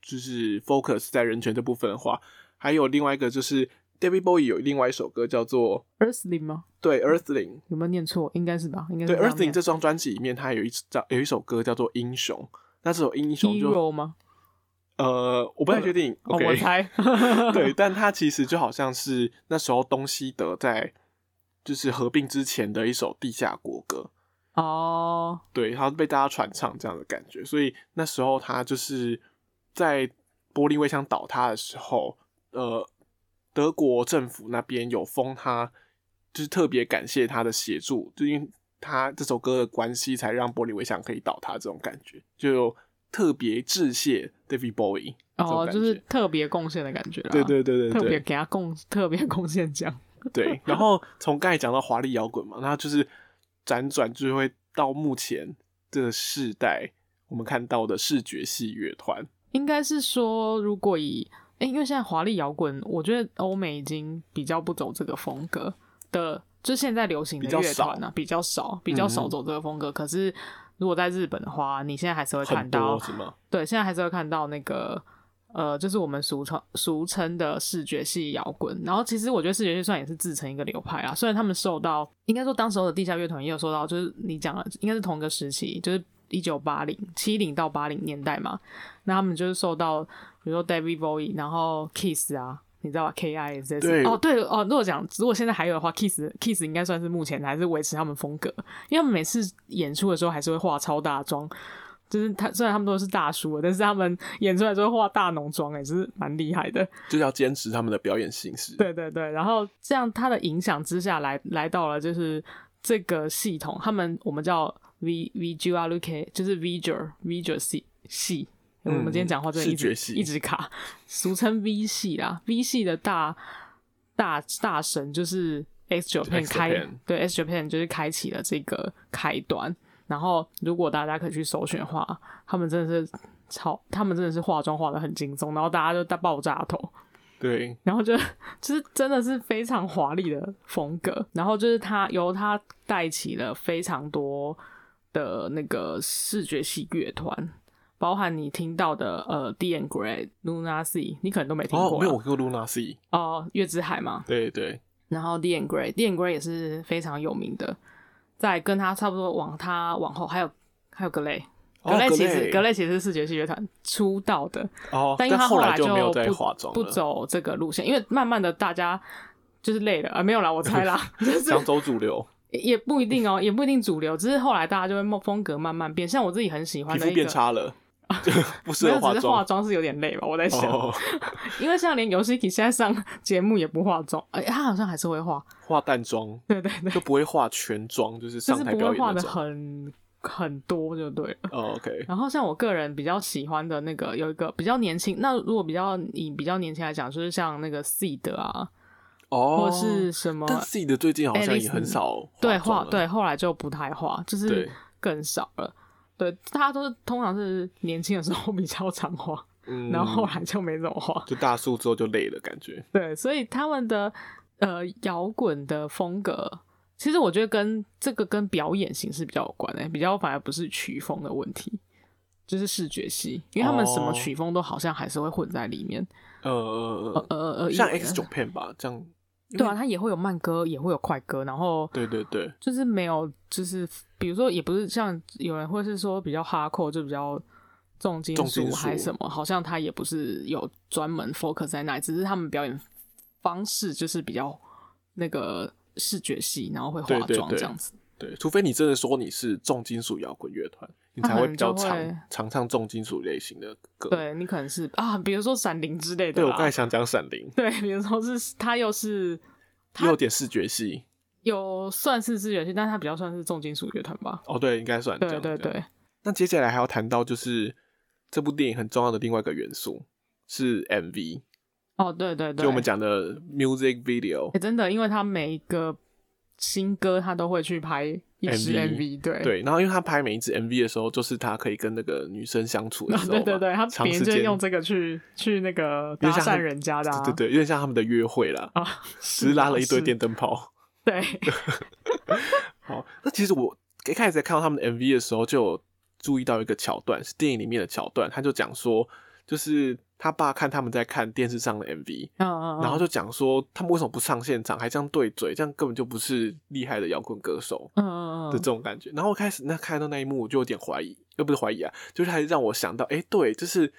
S2: 就是 focus 在人权这部分的话，还有另外一个就是 David Bowie 有另外一首歌叫做
S1: Earthly 吗？
S2: 对 Earthling，
S1: 有没有念错？应该是吧，应该是嗯
S2: 对
S1: 这样
S2: Earthling
S1: 念
S2: 这张专辑里面，它有一张有一首歌叫做英雄。那这首英雄就
S1: Hero 吗？
S2: 呃，我不太确定。
S1: 哦，
S2: OK，
S1: 我猜，
S2: 对，但它其实就好像是那时候东西德在就是合并之前的一首地下国歌，
S1: 哦，
S2: 对，它被大家传唱这样的感觉。所以那时候他就是在柏林围墙倒塌的时候，呃，德国政府那边有封他，就是特别感谢他的协助，就因为他这首歌的关系，才让柏林围墙可以倒塌，这种感觉就有特别致谢 David Bowie 这种
S1: 哦，
S2: 感
S1: 就是
S2: 觉
S1: 特别贡献的感觉啦。
S2: 对啊对对对对，
S1: 特别给他贡特别贡献奖。
S2: 对，然后从刚才讲到华丽摇滚嘛，那就是辗转就会到目前这个世代我们看到的视觉系乐团。
S1: 应该是说，如果以诶，因为现在华丽摇滚，我觉得欧美已经比较不走这个风格的，就现在流行的
S2: 比较
S1: 乐团呢、比较少，比较
S2: 嗯
S1: 少走这个风格。可是如果在日本的话，你现在还是会看
S2: 很
S1: 到
S2: 多，什么？
S1: 对，现在还是会看到那个呃，就是我们俗称俗称的视觉系摇滚。然后其实我觉得视觉系算也是自成一个流派啊，虽然他们受到应该说当时候的地下乐团也有受到，就是你讲了应该是同一个时期，就是一九八零七零到八零年代嘛，那他们就是受到比如说 David Bowie，然后 Kiss 啊。你知道吧？K I S
S2: 对
S1: S 哦，对哦。如果讲，如果现在还有的话，Kiss Kiss 应该算是目前还是维持他们风格，因为他们每次演出的时候还是会化超大妆，就是他虽然他们都是大叔了，但是他们演出来之后化大浓妆，哎，就是蛮厉害的。
S2: 就是要坚持他们的表演形式。，
S1: 对对对，然后这样他的影响之下来来到了就是这个系统，他们我们叫 V V G R U K，就是 V G V G 系系。我
S2: 嗯
S1: 们今天讲话真的一
S2: 视
S1: 直
S2: 觉系
S1: 一直卡，俗称 V 系啦。V 系的大大大神就是 X Japan
S2: X
S1: 开
S2: Japan
S1: 对 X Japan 就是开启了这个开端。然后如果大家可以去搜寻的话，他们真的是超，他们真的是化妆化的很轻松，然后大家就大爆炸头。
S2: 对，
S1: 然后就就是真的是非常华丽的风格，然后就是他由他带起了非常多的那个视觉系乐团，包含你听到的呃 D and Gray、Luna C，你可能都没听
S2: 哦，
S1: 过啊
S2: 没
S1: 啦
S2: 有，我听过 Luna C。
S1: 哦，月之海嘛，
S2: 对对，
S1: 然后 D and Gray，D and Gray 也是非常有名的，在跟他差不多往他往后还有还有格雷。
S2: 哦
S1: 雷其实
S2: 格
S1: 格
S2: 雷
S1: 雷其实是视觉系乐团出道的，
S2: 哦，
S1: 但因为他
S2: 后
S1: 来
S2: 就
S1: 不
S2: 没有再化妆
S1: 不
S2: 了。
S1: 走这个路线，因为慢慢的大家就是累了啊，没有啦，我猜 啦，就是
S2: 想走主 流，
S1: 也不一定哦，也不一定主流，只是后来大家就会风格慢慢变。像我自己很喜
S2: 皮
S1: 欢的
S2: 肤
S1: 一
S2: 变
S1: 个，
S2: 差了，就不适
S1: 没
S2: 合
S1: 有，
S2: 化
S1: 只是化
S2: 妆。
S1: 妆是有点累吧，我在想，
S2: 哦，
S1: 因为像连游戏体现在上节目也不化妆，哎、他好像还是会化，
S2: 化淡妆
S1: 对对对，
S2: 就不会化全妆，就是
S1: 就
S2: 上
S1: 是
S2: 台
S1: 不
S2: 表
S1: 会
S2: 演
S1: 化
S2: 那
S1: 的
S2: 种。
S1: 很很多就对了。
S2: 哦，OK，
S1: 然后像我个人比较喜欢的那个有一个比较年轻，那如果比较以比较年轻来讲，就是像那个 Seed 啊，
S2: 哦，
S1: 或是什么
S2: 但自己的最近好像也
S1: Alice-
S2: 很少
S1: 对
S2: 化
S1: 画
S2: 妆了
S1: 对，后来就不太画，就是
S2: 对，
S1: 更少了。对，大家都是通常是年轻的时候 比较常画，
S2: 嗯
S1: 然后后来就没怎么画。
S2: 就大树之后就累了，感觉
S1: 对，所以他们的呃摇滚的风格其实我觉得跟这个跟表演形式比较有关诶、欸比较反而不是曲风的问题，就是视觉系，因为他们什么
S2: 哦
S1: 曲风都好像还是会混在里面。
S2: 呃呃
S1: 呃呃呃，
S2: 呃，像
S1: 一个
S2: X 九片吧，这样。
S1: 对啊，它也会有慢歌，也会有快歌，然后
S2: 对对对，
S1: 就是没有，就是比如说也不是像有人会是说比较哈扣，就比较重金
S2: 重金
S1: 属
S2: 属
S1: 还是什么，好像他也不是有专门 focus 在那里，只是他们表演方式就是比较那个视觉系，然后会化
S2: 对对
S1: 妆
S2: 对
S1: 这样子。
S2: 对，除非你真的说你是重金属摇滚乐团，你
S1: 他
S2: 才
S1: 可
S2: 会
S1: 能
S2: 比较
S1: 就会
S2: 常常唱重金属类型的歌。
S1: 对啊你可能是啊，比如说闪灵之类的
S2: 对，我
S1: 啦
S2: 刚才想讲《闪灵
S1: 对，比如说是他又是》，
S2: 又有点视觉系。
S1: 有算是视觉系，但他比较算是重金属乐团吧。
S2: 哦，对，应该算这
S1: 对
S2: 样。
S1: 对
S2: 这样。
S1: 对，
S2: 那接下来还要谈到就是这部电影很重要的另外一个元素是 MV，
S1: 哦对对对，
S2: 就我们讲的 music video
S1: 欸。真的，因为他每一个新歌他都会去拍一支
S2: MV
S1: MV，对
S2: 对，然后因为他拍每一支 MV 的时候，就是他可以跟那个女生相处的
S1: 啊
S2: 时候
S1: 对
S2: 嘛，
S1: 对对，他
S2: 长
S1: 别人
S2: 时
S1: 就
S2: 间
S1: 用这个去去那个搭
S2: 有点像
S1: 讪
S2: 他
S1: 人家的、啊，
S2: 对对，有点像他们的约会啦，
S1: 啊，
S2: 只是拉了一堆
S1: 是
S2: 电，灯泡。
S1: 对
S2: 好，那其实我一开始在看到他们的 MV 的时候，就有注意到一个桥段，是电影里面的桥段，他就讲说，就是他爸看他们在看电视上的 MV，
S1: 嗯嗯，嗯
S2: 然后就讲说他们为什么不上现场，还这样对嘴，这样根本就不是厉害的摇滚歌手
S1: 嗯嗯嗯
S2: 的这种感觉。然后我开始那看到那一幕，我就有点怀疑，又不是怀疑啊，就是还让我想到，哎、对，就是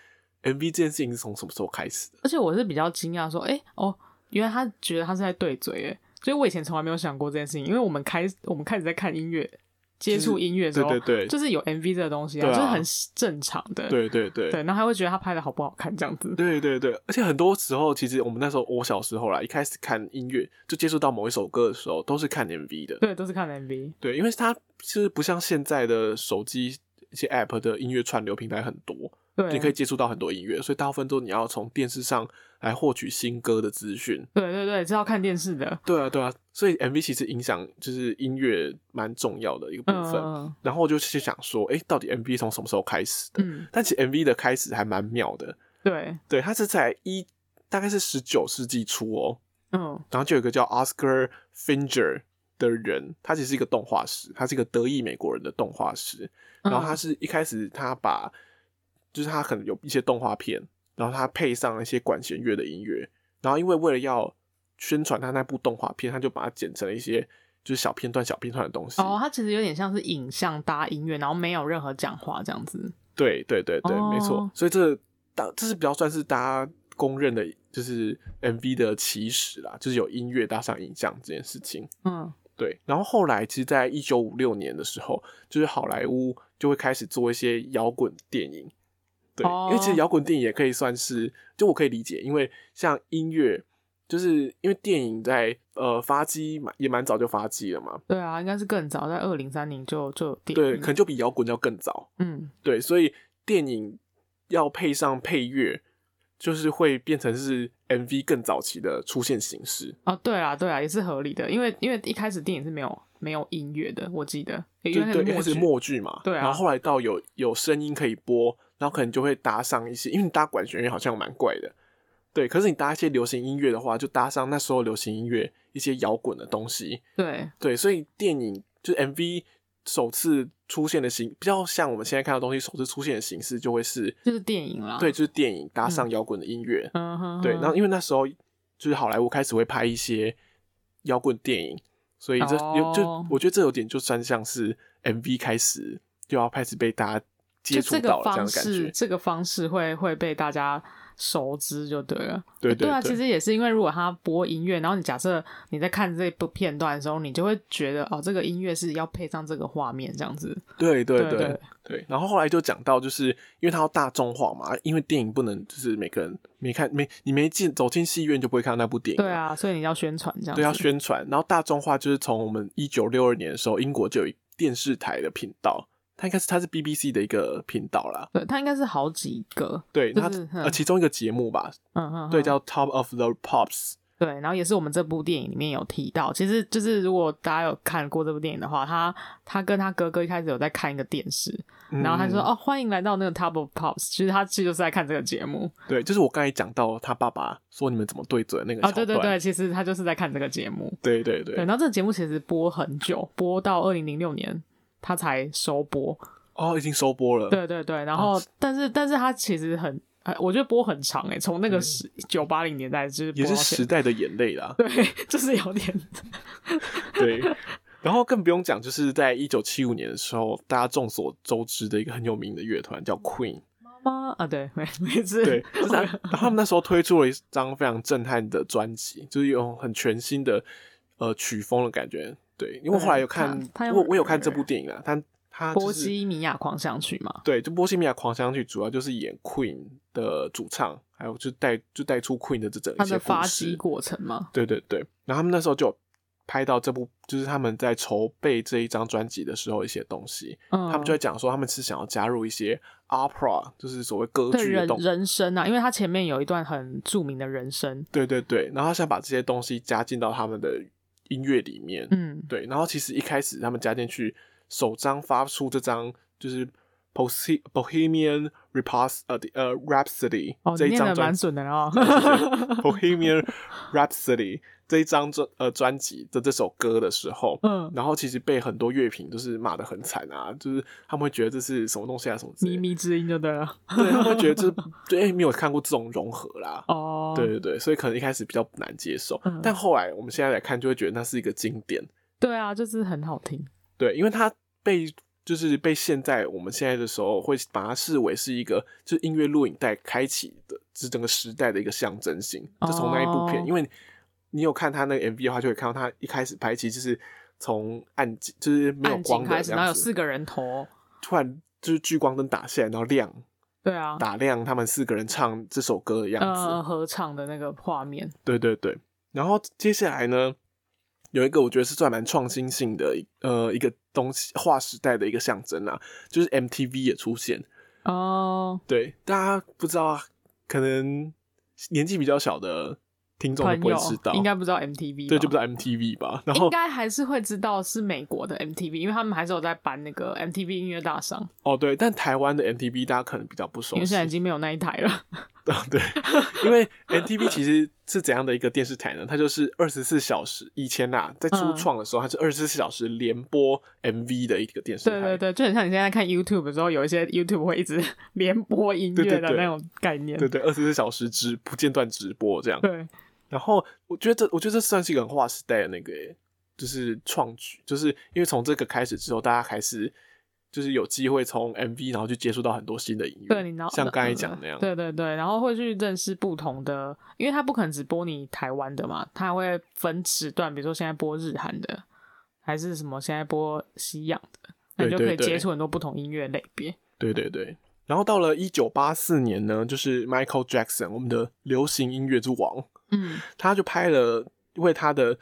S2: MV 这件事情是从什么时候开始的？
S1: 而且我是比较惊讶，说，哎、哦，原来他觉得他是在对嘴，哎，所以我以前从来没有想过这件事情，因为我们开我们开始在看音乐、接触音乐的时
S2: 对
S1: 候，
S2: 对对，
S1: 就是有 MV 这个东西
S2: 对啊
S1: 就是很正常的，
S2: 对对对。
S1: 对，然后还会觉得他拍的好不好看这样子，
S2: 对对对，而且很多时候，其实我们那时候，我小时候啦，一开始看音乐就接触到某一首歌的时候，都是看 MV 的。
S1: 对，都是看 MV，
S2: 对，因为它是不像现在的手机一些 App 的音乐串流平台很多，
S1: 对，
S2: 你可以接触到很多音乐，所以大部分都你要从电视上来获取新歌的资讯。
S1: 对对对，是要看电视的
S2: 对啊，对啊，所以 MV 其实影响就是音乐蛮重要的一个部
S1: 嗯
S2: 分。然后我就去想说，哎，到底 MV 从什么时候开始的？
S1: 嗯，
S2: 但其实 MV 的开始还蛮妙的，
S1: 对，
S2: 对，它是在一大概是十九世纪初哦，
S1: 嗯
S2: 然后就有一个叫 Oscar Finger 的人，他其实是一个动画师，他是一个德裔美国人的动画师。
S1: 嗯
S2: 然后他是一开始他把，就是他可能有一些动画片，然后他配上了一些管弦乐的音乐，然后因为为了要宣传他那部动画片，他就把它剪成了一些就是小片段、小片段的东西。
S1: 哦，它其实有点像是影像搭音乐，然后没有任何讲话这样子，
S2: 对对对对，
S1: 哦
S2: 没错。所以这大这是比较算是大家公认的，就是 MV 的起始啦，就是有音乐搭上影像这件事情。
S1: 嗯
S2: 对，然后后来其实，在一九五六年的时候，就是好莱坞就会开始做一些摇滚电影。对，
S1: 哦
S2: 因为其实摇滚电影也可以算是，就我可以理解，因为像音乐，就是因为电影在呃发迹蛮也蛮早就发迹了嘛，
S1: 对啊，应该是更早，在二零三零就就有电
S2: 对，
S1: 影
S2: 可能就比摇滚要更早。
S1: 嗯
S2: 对，所以电影要配上配乐，就是会变成是 MV 更早期的出现形式。
S1: 哦，对啊对啊，也是合理的，因为因为一开始电影是没有没有音乐的，我记得，因为
S2: 对
S1: 那个
S2: 对，一开
S1: 默
S2: 始
S1: 剧，
S2: 默剧嘛，
S1: 对啊
S2: 然后后来到有有声音可以播，然后可能就会搭上一些，因为你搭管弦乐好像蛮怪的，对。可是你搭一些流行音乐的话，就搭上那时候流行音乐一些摇滚的东西，
S1: 对
S2: 对。所以电影就是 MV 首次出现的形，比较像我们现在看到的东西，首次出现的形式就会是，
S1: 就是电影啦，
S2: 对，就是电影搭上摇滚的音乐，
S1: 嗯哼哼，
S2: 对。然后因为那时候就是好莱坞开始会拍一些摇滚电影，所以这有
S1: 哦
S2: 就我觉得这有点就算像是 MV 开始就要开始被大家接
S1: 就
S2: 触
S1: 这
S2: 到
S1: 个
S2: 了这样
S1: 方
S2: 的感
S1: 式，
S2: 觉。
S1: 这个方式会会被大家熟知就对了。
S2: 对
S1: 对啊，其
S2: 对，
S1: 实也是因为如果他播音乐，然后你假设你在看这部片段的时候，你就会觉得哦，这个音乐是要配上这个画面这样子。
S2: 对对
S1: 对
S2: 对对。然后后来就讲到，就是因为它要大众化嘛，因为电影不能就是每个人没看没你没进走进戏院就不会看到那部电影，
S1: 对，啊，所以你要宣传这样子。
S2: 对，要宣传。然后大众化就是从我们一九六二年的时候，英国就有一电视台的频道，它应该是它是 BBC 的一个频道啦，
S1: 对，它应该是好几个，
S2: 对，
S1: 就
S2: 它
S1: 是嗯
S2: 呃其中一个节目吧，
S1: 嗯嗯，
S2: 对，
S1: 嗯
S2: 叫 Top of the Pops。
S1: 对，然后也是我们这部电影里面有提到，其实就是如果大家有看过这部电影的话，他他跟他哥哥一开始有在看一个电视，然后他说、
S2: 嗯
S1: 哦，欢迎来到那个 Top of Pops，其实他其实就是在看这个节目
S2: 对，就是我刚才讲到他爸爸说你们怎么对嘴的那个
S1: 啊、
S2: 桥
S1: 对
S2: 段，
S1: 对对，其实他就是在看这个节目，
S2: 对对对
S1: 对，然后这个节目其实播很久，播到二零零六年他才收播，
S2: 哦，已经收播了，
S1: 对对对，然后、
S2: 啊
S1: 但是但是他其实很，呃我觉得播很长哎、从那个十九八零年代就是播
S2: 嗯也
S1: 到
S2: 是
S1: 现
S2: 时代的眼泪啦，
S1: 对，就是有点
S2: 对。然后更不用讲，就是在一九七五年的时候，大家众所周知的一个很有名的乐团叫 Queen，
S1: 妈妈啊， 对，没没事，
S2: 对，就是啊他然后他们那时候推出了一张非常震撼的专辑，就是用很全新的呃曲风的感觉。对，因为我后来有看
S1: 对，他他用
S2: 我我有看这部电影啊，他他
S1: 波
S2: 就是
S1: 西米亚狂想曲嘛，
S2: 对，就《波西米亚狂想曲》主要就是演 Queen 的主唱，还有就带就带出 Queen 的这整
S1: 它
S2: 一些
S1: 的
S2: 故
S1: 发
S2: 事
S1: 迹。过程嘛，
S2: 对对对，然后他们那时候就有拍到这部，就是他们在筹备这一张专辑的时候一些东西，
S1: 嗯，
S2: 他们就在讲说他们是想要加入一些 opera，就是所谓歌
S1: 对
S2: 剧的
S1: 人
S2: 动
S1: 人生啊，因为他前面有一段很著名的人生，
S2: 对对对，然后他想把这些东西加进到他们的音乐里面。
S1: 嗯，
S2: 对，然后其实一开始他们加进去，首张发出这张就是 Bohe- Bohemian Repos 呃呃 Rhapsody、
S1: 哦，
S2: 这
S1: 你
S2: 一
S1: 念
S2: 张
S1: 的
S2: 专
S1: 蛮
S2: 辑
S1: 准的 哦，
S2: Bohemian Rhapsody 这一张专呃专辑的这首歌的时候。
S1: 嗯，
S2: 然后其实被很多乐评就是骂的很惨啊，就是他们会觉得这是什么东西啊，什么之类
S1: 靡
S2: 的，
S1: 靡之音就对了，
S2: 对，他们会觉得这对哎没有看过这种融合啦，
S1: 哦，
S2: 对对对，所以可能一开始比较难接受，
S1: 嗯
S2: 但后来我们现在来看，就会觉得那是一个经典，
S1: 对啊，就是很好听，
S2: 对，因为它被就是被现在我们现在的时候会把它视为是一个就是音乐录影带开启的这整个时代的一个象征性，就从那一部片，
S1: 哦
S2: 因为你有看他那个 MV 的话，就会看到他一开始拍其实是从暗景就是没有
S1: 按
S2: 光
S1: 景
S2: 的
S1: 开始，
S2: 这
S1: 然后
S2: 样
S1: 有
S2: 子
S1: 四，个人头，
S2: 突然就是聚光灯打下来，然后亮
S1: 对啊，
S2: 打亮他们四个人唱这首歌的样子，
S1: 呃，合唱的那个画面，
S2: 对对对，然后接下来呢，有一个我觉得是算蛮创新性的一，呃，一个东西，划时代的一个象征啊，就是 MTV 也出现。
S1: 哦，
S2: 对，大家不知道，可能年纪比较小的听众
S1: 朋
S2: 都不
S1: 友
S2: 会知道，
S1: 应该不知道 MTV，
S2: 对，就
S1: 吧
S2: 不知道 MTV 吧。然
S1: 应
S2: 后
S1: 该还是会知道是美国的 MTV，因为他们还是有在办那个 MTV 音乐大赏，
S2: 哦，对，但台湾的 MTV 大家可能比较不熟
S1: 因为
S2: 悉
S1: 现在已。经没有那一台了。
S2: 对，因为 MTV 其实是怎样的一个电视台呢？它就是二十四小时，以前呐、在初
S1: 嗯
S2: 创的时候，它是二十四小时连播 MV 的一个电视台。
S1: 对对对，就很像你现在看 YouTube 的时候，有一些 YouTube 会一直 连播音乐的
S2: 对对对
S1: 那种概念。
S2: 对对，二十四小时直不间断直播这样。
S1: 对
S2: 然后我觉得这，我觉得这算是一个很划时代的那个，欸就是创举，就是因为从这个开始之后，大家开始就是有机会从 MV 然后去接触到很多新的音乐，
S1: 对，你知道，
S2: 像刚才讲那样，
S1: 呃对对对，然后会去认识不同的，因为他不可能只播你台湾的嘛，他会分时段，比如说现在播日韩的，还是什么现在播西洋的，那你就
S2: 对
S1: 可以
S2: 对对
S1: 接触很多不同音乐类别。
S2: 对对对。然后到了一九八四年呢，就是 Michael Jackson，我们的流行音乐之王，
S1: 嗯，
S2: 他就拍了为他的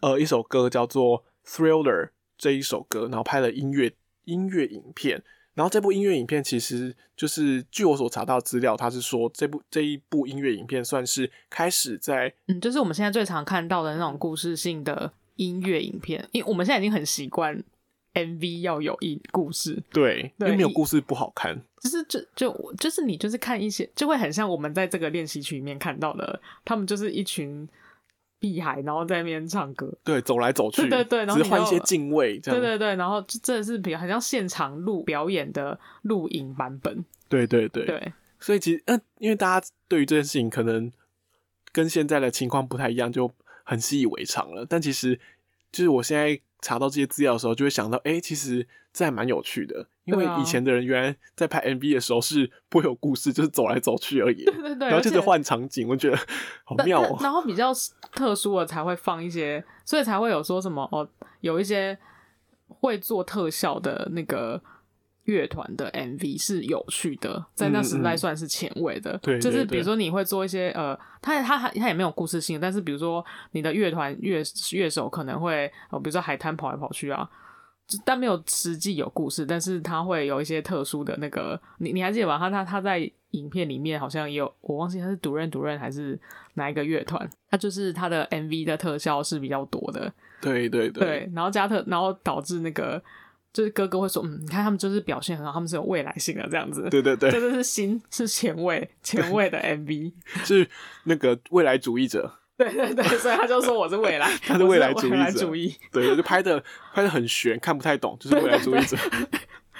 S2: 呃一首歌叫做《Thriller》这一首歌，然后拍了音乐音乐影片。然后这部音乐影片其实就是据我所查到的资料，他是说这部这一部音乐影片算是开始在
S1: 嗯，就是我们现在最常看到的那种故事性的音乐影片，因为我们现在已经很习惯 MV 要有一故事，
S2: 对，因
S1: 对
S2: 为没有
S1: 一
S2: 故事不好看，
S1: 就是就就就是你就是看一些，就会很像我们在这个练习曲里面看到的，他们就是一群屁孩，然后在那边唱歌，
S2: 对，走来走去，
S1: 对对对然后
S2: 只
S1: 你
S2: 是换一
S1: 要
S2: 些敬畏这
S1: 对对
S2: 样，
S1: 对，然后就真的是比很像现场录表演的录影版本，
S2: 对对对
S1: 对
S2: 所以其实，嗯、因为大家对于这件事情可能跟现在的情况不太一样，就很习以为常了。但其实，就是我现在查到这些资料的时候，就会想到，哎、其实这还蛮有趣的，因为
S1: 对啊
S2: 以前的人原来在拍 MV 的时候是不会有故事，就是走来走去而已，
S1: 对对对，
S2: 然后就是
S1: 而且
S2: 换场景，我觉得好
S1: 但
S2: 妙
S1: 但
S2: 哦、
S1: 然后比较特殊的才会放一些，所以才会有说什么哦，有一些会做特效的那个乐团的 MV 是有趣的，在那
S2: 嗯
S1: 时代算是前卫的。
S2: 对
S1: 就是
S2: 对
S1: 比
S2: 对
S1: 如说你会做一些呃，他他他他也没有故事性，但是比如说你的乐团乐乐手可能会哦，比如说海滩跑来跑去啊。就但没有实际有故事，但是他会有一些特殊的那个，你你还记得吧？他他他在影片里面好像也有，我忘记他是独任独任还是哪一个乐团，他就是他的 MV 的特效是比较多的，
S2: 对对对，
S1: 对，然后加特，然后导致那个就是哥哥会说，嗯，你看他们就是表现很好，他们是有未来性的这样子，
S2: 对对
S1: 这
S2: 对，
S1: 就是新是前卫前卫的 MV，
S2: 是那个未来主义者，
S1: 对对对，所以他就说我是未来，
S2: 他是
S1: 我未
S2: 未来主义者
S1: 来主义，
S2: 对，就拍的拍的很悬，看不太懂，就是未来主义者，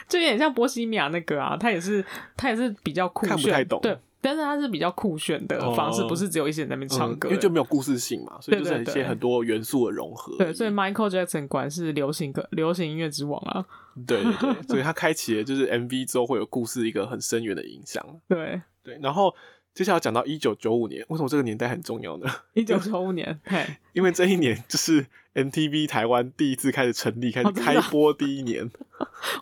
S1: 就有点像波西米亚那个啊，他也是他也是比较酷炫，
S2: 看不太懂
S1: 对，但是他是比较酷炫的
S2: 哦
S1: 方式，不是只有一些人在那边唱
S2: 嗯
S1: 歌，
S2: 因为就没有故事性嘛，所以就是
S1: 对对
S2: 一
S1: 对
S2: 些很多元素的融合而已，
S1: 对，所以 Michael Jackson 管是流行歌、流行音乐之王啊，
S2: 对对 对，所以他开启了就是 MV 之后会有故事一个很深远的影响，
S1: 对，
S2: 对，然后接下来讲到一九九五年，为什么这个年代很重要呢？
S1: 一九九五年，嘿，
S2: 因为这一年就是 MTV 台湾第一次开始成立，开始
S1: 哦真的
S2: 开
S1: 啊
S2: 播第一 年，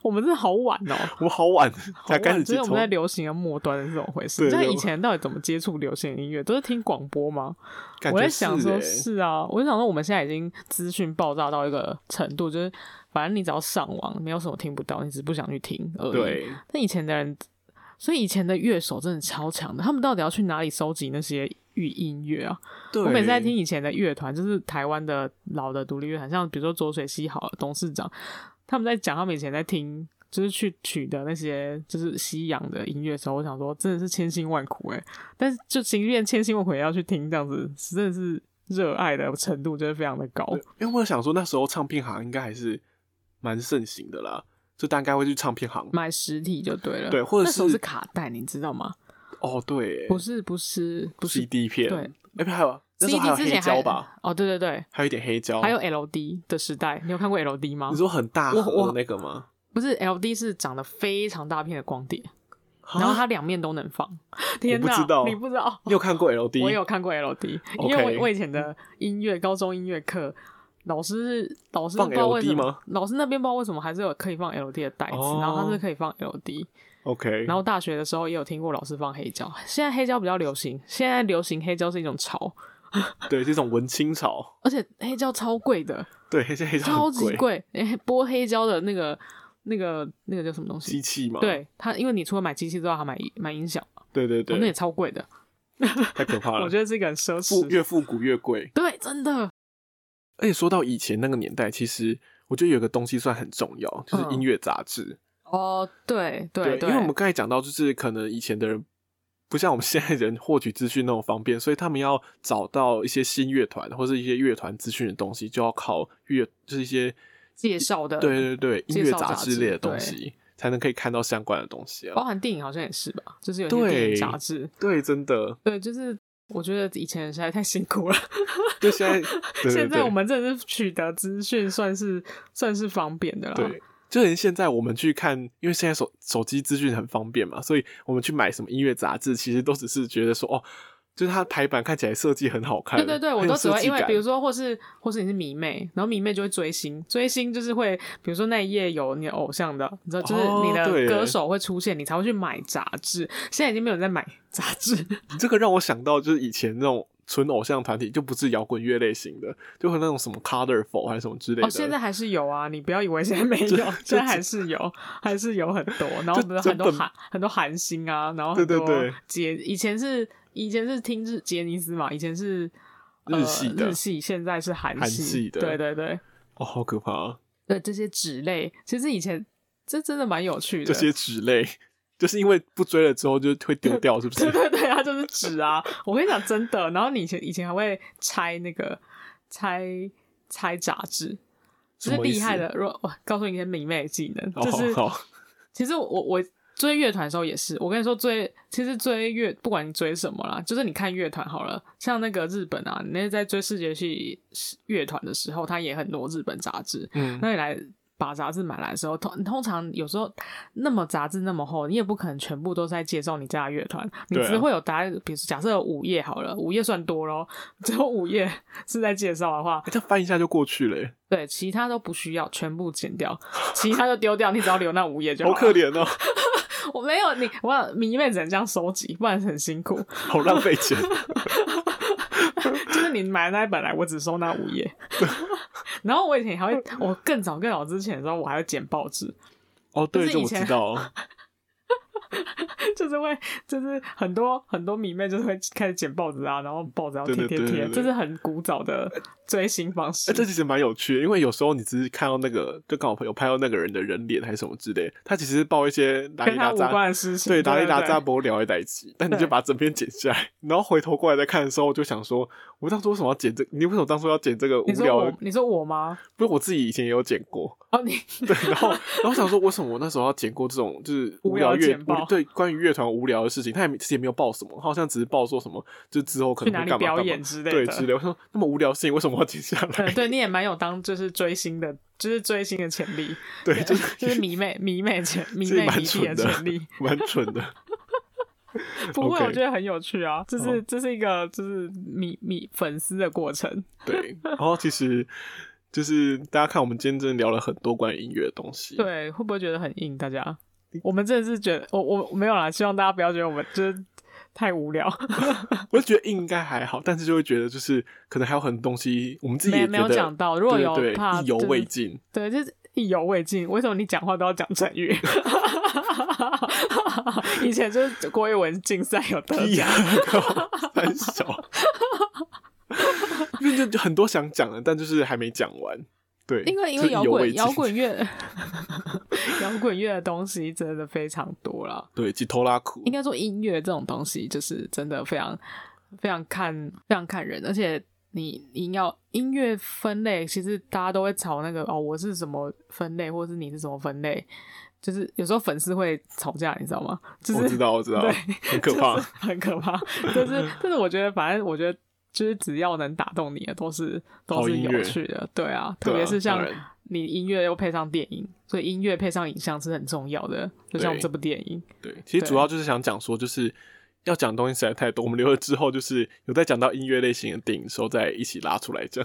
S1: 我们真的好晚哦、
S2: 我们好晚
S1: 好
S2: 才
S1: 晚
S2: 开始
S1: 就是我
S2: 从
S1: 们在流行的末端是怎么回事？
S2: 对
S1: 像
S2: 对
S1: 以前到底怎么接触流行音乐，都是听广播吗？
S2: 感
S1: 我
S2: 觉
S1: 在
S2: 是
S1: 想说，
S2: 欸
S1: 是啊，我就想说，我们现在已经资讯爆炸到一个程度，就是反正你只要上网，没有什么听不到，你只是不想去听而已。，
S2: 对，
S1: 那以前的人，所以以前的乐手真的超强的，他们到底要去哪里收集那些乐音乐啊？
S2: 对，
S1: 我每次在听以前的乐团，就是台湾的老的独立乐团，像比如说浊水溪好了董事长，他们在讲他们以前在听，就是去取的那些就是西洋的音乐的时候，我想说真的是千辛万苦哎、但是就即便千辛万苦也要去听这样子，真的是热爱的程度就是非常的高。
S2: 对，因为我想说那时候唱片行应该还是蛮盛行的啦，就大概会去唱片行。
S1: 买实体就对了，
S2: 对或者
S1: 那时候
S2: 是
S1: 是卡带，你知道吗？
S2: 哦，对欸，
S1: 不是不是不是
S2: CD 片，
S1: 对，
S2: 哎，不还有那时
S1: ，CD
S2: 候还有
S1: 之
S2: 黑
S1: 前
S2: 胶吧，？
S1: 哦，对对对，
S2: 还有一点黑胶，
S1: 还有 LD 的时代，你有看过 LD 吗
S2: 你？说很大
S1: 我
S2: 盒
S1: 我
S2: 的那个吗？
S1: 不是 LD 是长得非常大片的光碟，然后
S2: 啊
S1: 它两面都能放。 天哪，
S2: 知道
S1: 你不知道？
S2: 你有看过 LD？
S1: 我有看过 LD，因
S2: OK
S1: 为我我以前的音乐高中音乐课。老师是老师不
S2: 放
S1: 知道为什
S2: LD
S1: 么
S2: 吗，
S1: 老师那边不知道为什么还是有可以放 LD 的袋子，
S2: 哦嗯
S1: 然后它是可以放 LD。
S2: OK，
S1: 然后大学的时候也有听过老师放黑胶，现在黑胶比较流行，现在流行黑胶是一种潮，
S2: 对这种文青潮，
S1: 而且黑胶超贵的，
S2: 对黑黑胶很
S1: 超级贵。诶播黑胶的那个那个那个叫什么东
S2: 机
S1: 西？
S2: 器嘛，
S1: 对它，因为你除了买机器之外，还买买音响。
S2: 对对
S1: 哦那也
S2: 对，
S1: 超贵的。
S2: 太可怕了。
S1: 我觉得这个很奢
S2: 复
S1: 侈。
S2: 越复古越贵，
S1: 对，真的，
S2: 而且说到以前那个年代，其实我觉得有个东西算很重要，就是
S1: 嗯
S2: 音乐杂志。
S1: 哦，对对
S2: 因为我们刚才讲到，就是可能以前的人不像我们现在人获取资讯那么方便，所以他们要找到一些新乐团或是一些乐团资讯的东西，就要靠乐，就是一些
S1: 介绍的，
S2: 对对对音
S1: 呃介
S2: 乐
S1: 绍
S2: 杂
S1: 杂
S2: 志
S1: 志
S2: 类的东
S1: 对哦
S2: 西，才能可以看到相关的东西啊。
S1: 包含电影好像也是吧，就是有些
S2: 对
S1: 电影杂志，
S2: 对，真的，
S1: 对，就是我觉得以前人实在太辛苦了，
S2: 就现 在，对对
S1: 现在
S2: 对
S1: 我们真的是取得资讯算是算是方便的啦。
S2: 对，就连现在我们去看，因为现在手手机资讯很方便嘛，所以我们去买什么音乐杂志，其实都只是觉得说，哦，就是它排版看起来设计很好看，
S1: 对对对，我
S2: 很有
S1: 都只
S2: 设
S1: 会
S2: 计
S1: 因为
S2: 感
S1: 比如说，或是或是你是迷妹，然后迷妹就会追星，追星就是会，比如说那一页有你的偶像的，你知道，就是
S2: 哦
S1: 你
S2: 对
S1: 的
S2: 耶
S1: 歌手会出现，你才会去买杂志。现在已经没有人在买杂志，
S2: 你这个让我想到就是以前那种纯偶像团体，就不是摇滚乐类型的，就会那种什么 Colorful 还是什么之类的。
S1: 哦，现在还是有啊，你不要以为现在没有， 现在还是有，还是有很多，然后
S2: 就
S1: 比如
S2: 就
S1: 很多
S2: 本
S1: 韩很多韩星啊，然后
S2: 对
S1: 很
S2: 对
S1: 多
S2: 对
S1: 杰，以前是以前是听日杰尼斯嘛，以前是、呃、
S2: 日系的
S1: 日系，现在是韩
S2: 韩系的
S1: 对对对
S2: 哦，好可怕、啊！
S1: 对，这些纸类，其实以前这真的蛮有趣
S2: 这
S1: 的，
S2: 些纸类，就是因为不追了之后就会丢掉，是不
S1: 对
S2: 是？
S1: 对对，它就是纸啊！我跟你讲，真的。然后你以前以前还会拆那个拆拆杂志，就
S2: 什
S1: 是
S2: 么意思
S1: 厉害的。如果我告诉你一些迷妹的技能，
S2: 哦
S1: 就是、
S2: 好好
S1: 其实我我追乐团的时候也是，我跟你说追，其实追乐不管你追什么啦，就是你看乐团好了，像那个日本啊，你那在追世界系乐团的时候，它也很多日本杂志，
S2: 嗯，
S1: 那你来把杂志买来的时候，通通常有时候那么杂志那么厚，你也不可能全部都是在介绍你家的乐团，你
S2: 对啊
S1: 只会有大概，比如说假设有五页好了，五页算多咯，只有五页 是在介绍的话，
S2: 这样翻一下就过去了耶，
S1: 对，其他都不需要，全部剪掉，其他就丢掉，你只要留那五页就好
S2: 好
S1: 了。
S2: 可怜 哦，
S1: 我没有你，我想迷妹只能这样收集，不然很辛苦。
S2: 好浪费 钱。
S1: 就是你买的那一本来，我只收那五页。 然后我以前还会，我更早更早之前的时候，我还会剪报纸，
S2: 哦，对，
S1: 就是
S2: 这
S1: 以
S2: 我
S1: 前
S2: 知道。
S1: 就是会，就是很多很多迷妹就是会开始剪报纸啊，然后报纸要贴贴
S2: 对对对对
S1: 贴，
S2: 对
S1: 这是很古早的追星方式
S2: 哎、。这其实蛮有趣的，因为有时候你只是看到那个，就刚好有拍到那个人的人脸还是什么之类，他其实报一些打
S1: 跟
S2: 里
S1: 他
S2: 打
S1: 无
S2: 杂，
S1: 关的事情，
S2: 对打里打
S1: 对
S2: 杂不聊的代志，但你就
S1: 对
S2: 把整篇剪下来， 然后回头过来再看的时候，我就想说，我当初为什么要剪这？你为什么当初要剪这个无
S1: 你说
S2: 聊
S1: 我
S2: 的，？
S1: 你说我吗？
S2: 不是我自己以前也有剪过，
S1: 哦，你
S2: 对，然后然后想说，为什么我那时候要剪过这种就是无
S1: 无
S2: 聊
S1: 聊
S2: 乐
S1: 剪报
S2: 无对关于乐团无聊的事情？他也没自己也没有报什么，他好像只是报说什么，就之后可
S1: 去哪
S2: 能会
S1: 里
S2: 干嘛
S1: 表
S2: 干嘛
S1: 演，之类
S2: 对
S1: 的
S2: 之？类。我说那么无聊的事情为什么要剪下
S1: 嗯
S2: 来？
S1: 对，你也蛮有当就是追星的，就是追星的潜力，
S2: 对，就 是
S1: 就是迷妹迷妹潜迷
S2: 这
S1: 妹
S2: 蛮
S1: 迷弟
S2: 蠢的
S1: 潜力。
S2: 蛮蠢的。
S1: 不会，
S2: OK
S1: 我觉得很有趣啊，这是这是一个就是迷迷粉丝的过程。
S2: 对， 然后其实就是大家看，我们今天真的聊了很多关于音乐的东西。，
S1: 对，会不会觉得很硬？大家，我们真的是觉得，我我我没有啦，希望大家不要觉得我们就是太无聊，
S2: 我就觉得应该还好，但是就会觉得就是可能还有很多东西我们自己
S1: 没
S2: 也
S1: 没
S2: 觉
S1: 有
S2: 得
S1: 讲到。如果有
S2: 对对
S1: 怕
S2: 对意犹
S1: 就是
S2: 未尽。
S1: 对，就是意犹未尽。为什么你讲话都要讲成语？ 以前就是国语文竞赛有得
S2: 屁
S1: 奖
S2: 呀，， 三小， 因为就就很多想讲的，但就是还没讲完。对，
S1: 因为因
S2: 就
S1: 为
S2: 意
S1: 摇
S2: 犹未
S1: 滚
S2: 尽
S1: 摇滚乐 摇滚乐的东西真的非常多啦。
S2: 对，几头拉苦
S1: 应，该说音乐这种东西，就是真的非常非常看非常看人，而且你你要音乐分类，其实大家都会吵那个哦，我是什么分类，或是你是什么分类，就是有时候粉丝会吵架，你知道吗？就
S2: 我知
S1: 是
S2: 道我知道
S1: 对，
S2: 很可怕
S1: 就是。很可怕。但是 但是我觉得，反正我觉得。就是只要能打动你的，都是都
S2: 好
S1: 是
S2: 哦音
S1: 有
S2: 乐
S1: 趣的，对啊，特
S2: 对啊
S1: 别是像
S2: 当然
S1: 你音乐又配上电影，所以音乐配上影像是很重要的，就像
S2: 对
S1: 这部电影，
S2: 对，其实主要就是想讲说，就是要讲的东西实在太多，我们留了之后，就是有在讲到音乐类型的电影的时候，再一起拉出来 讲。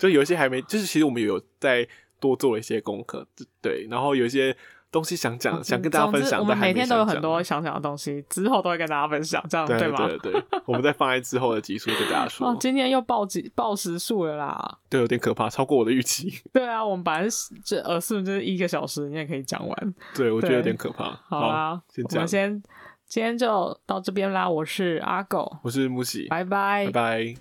S2: 就有一些还没，就是其实我们有在多做了一些功课，对，然后有一些东西想讲，想跟大家分
S1: 嗯总
S2: 享，
S1: 之我
S2: 但
S1: 们
S2: 还
S1: 每
S2: 没
S1: 天都有
S2: 想
S1: 很
S2: 讲
S1: 多想讲的东西，之后都会跟大家分享，这样
S2: 对
S1: 吗？
S2: 对对，我们再放在之后的集数跟大家说
S1: 哦，。今天又报几报时数了啦！
S2: 对，有点可怕，超过我的预期。
S1: 对啊，我们本来是这呃，是不是一个小时，你也可以讲完。
S2: 对，我觉得
S1: 对
S2: 有点可怕。
S1: 好啊啦，
S2: 先
S1: 我
S2: 这样
S1: 们。先今天就到这边啦。我是阿狗，
S2: 我是木喜，
S1: 拜
S2: 拜拜。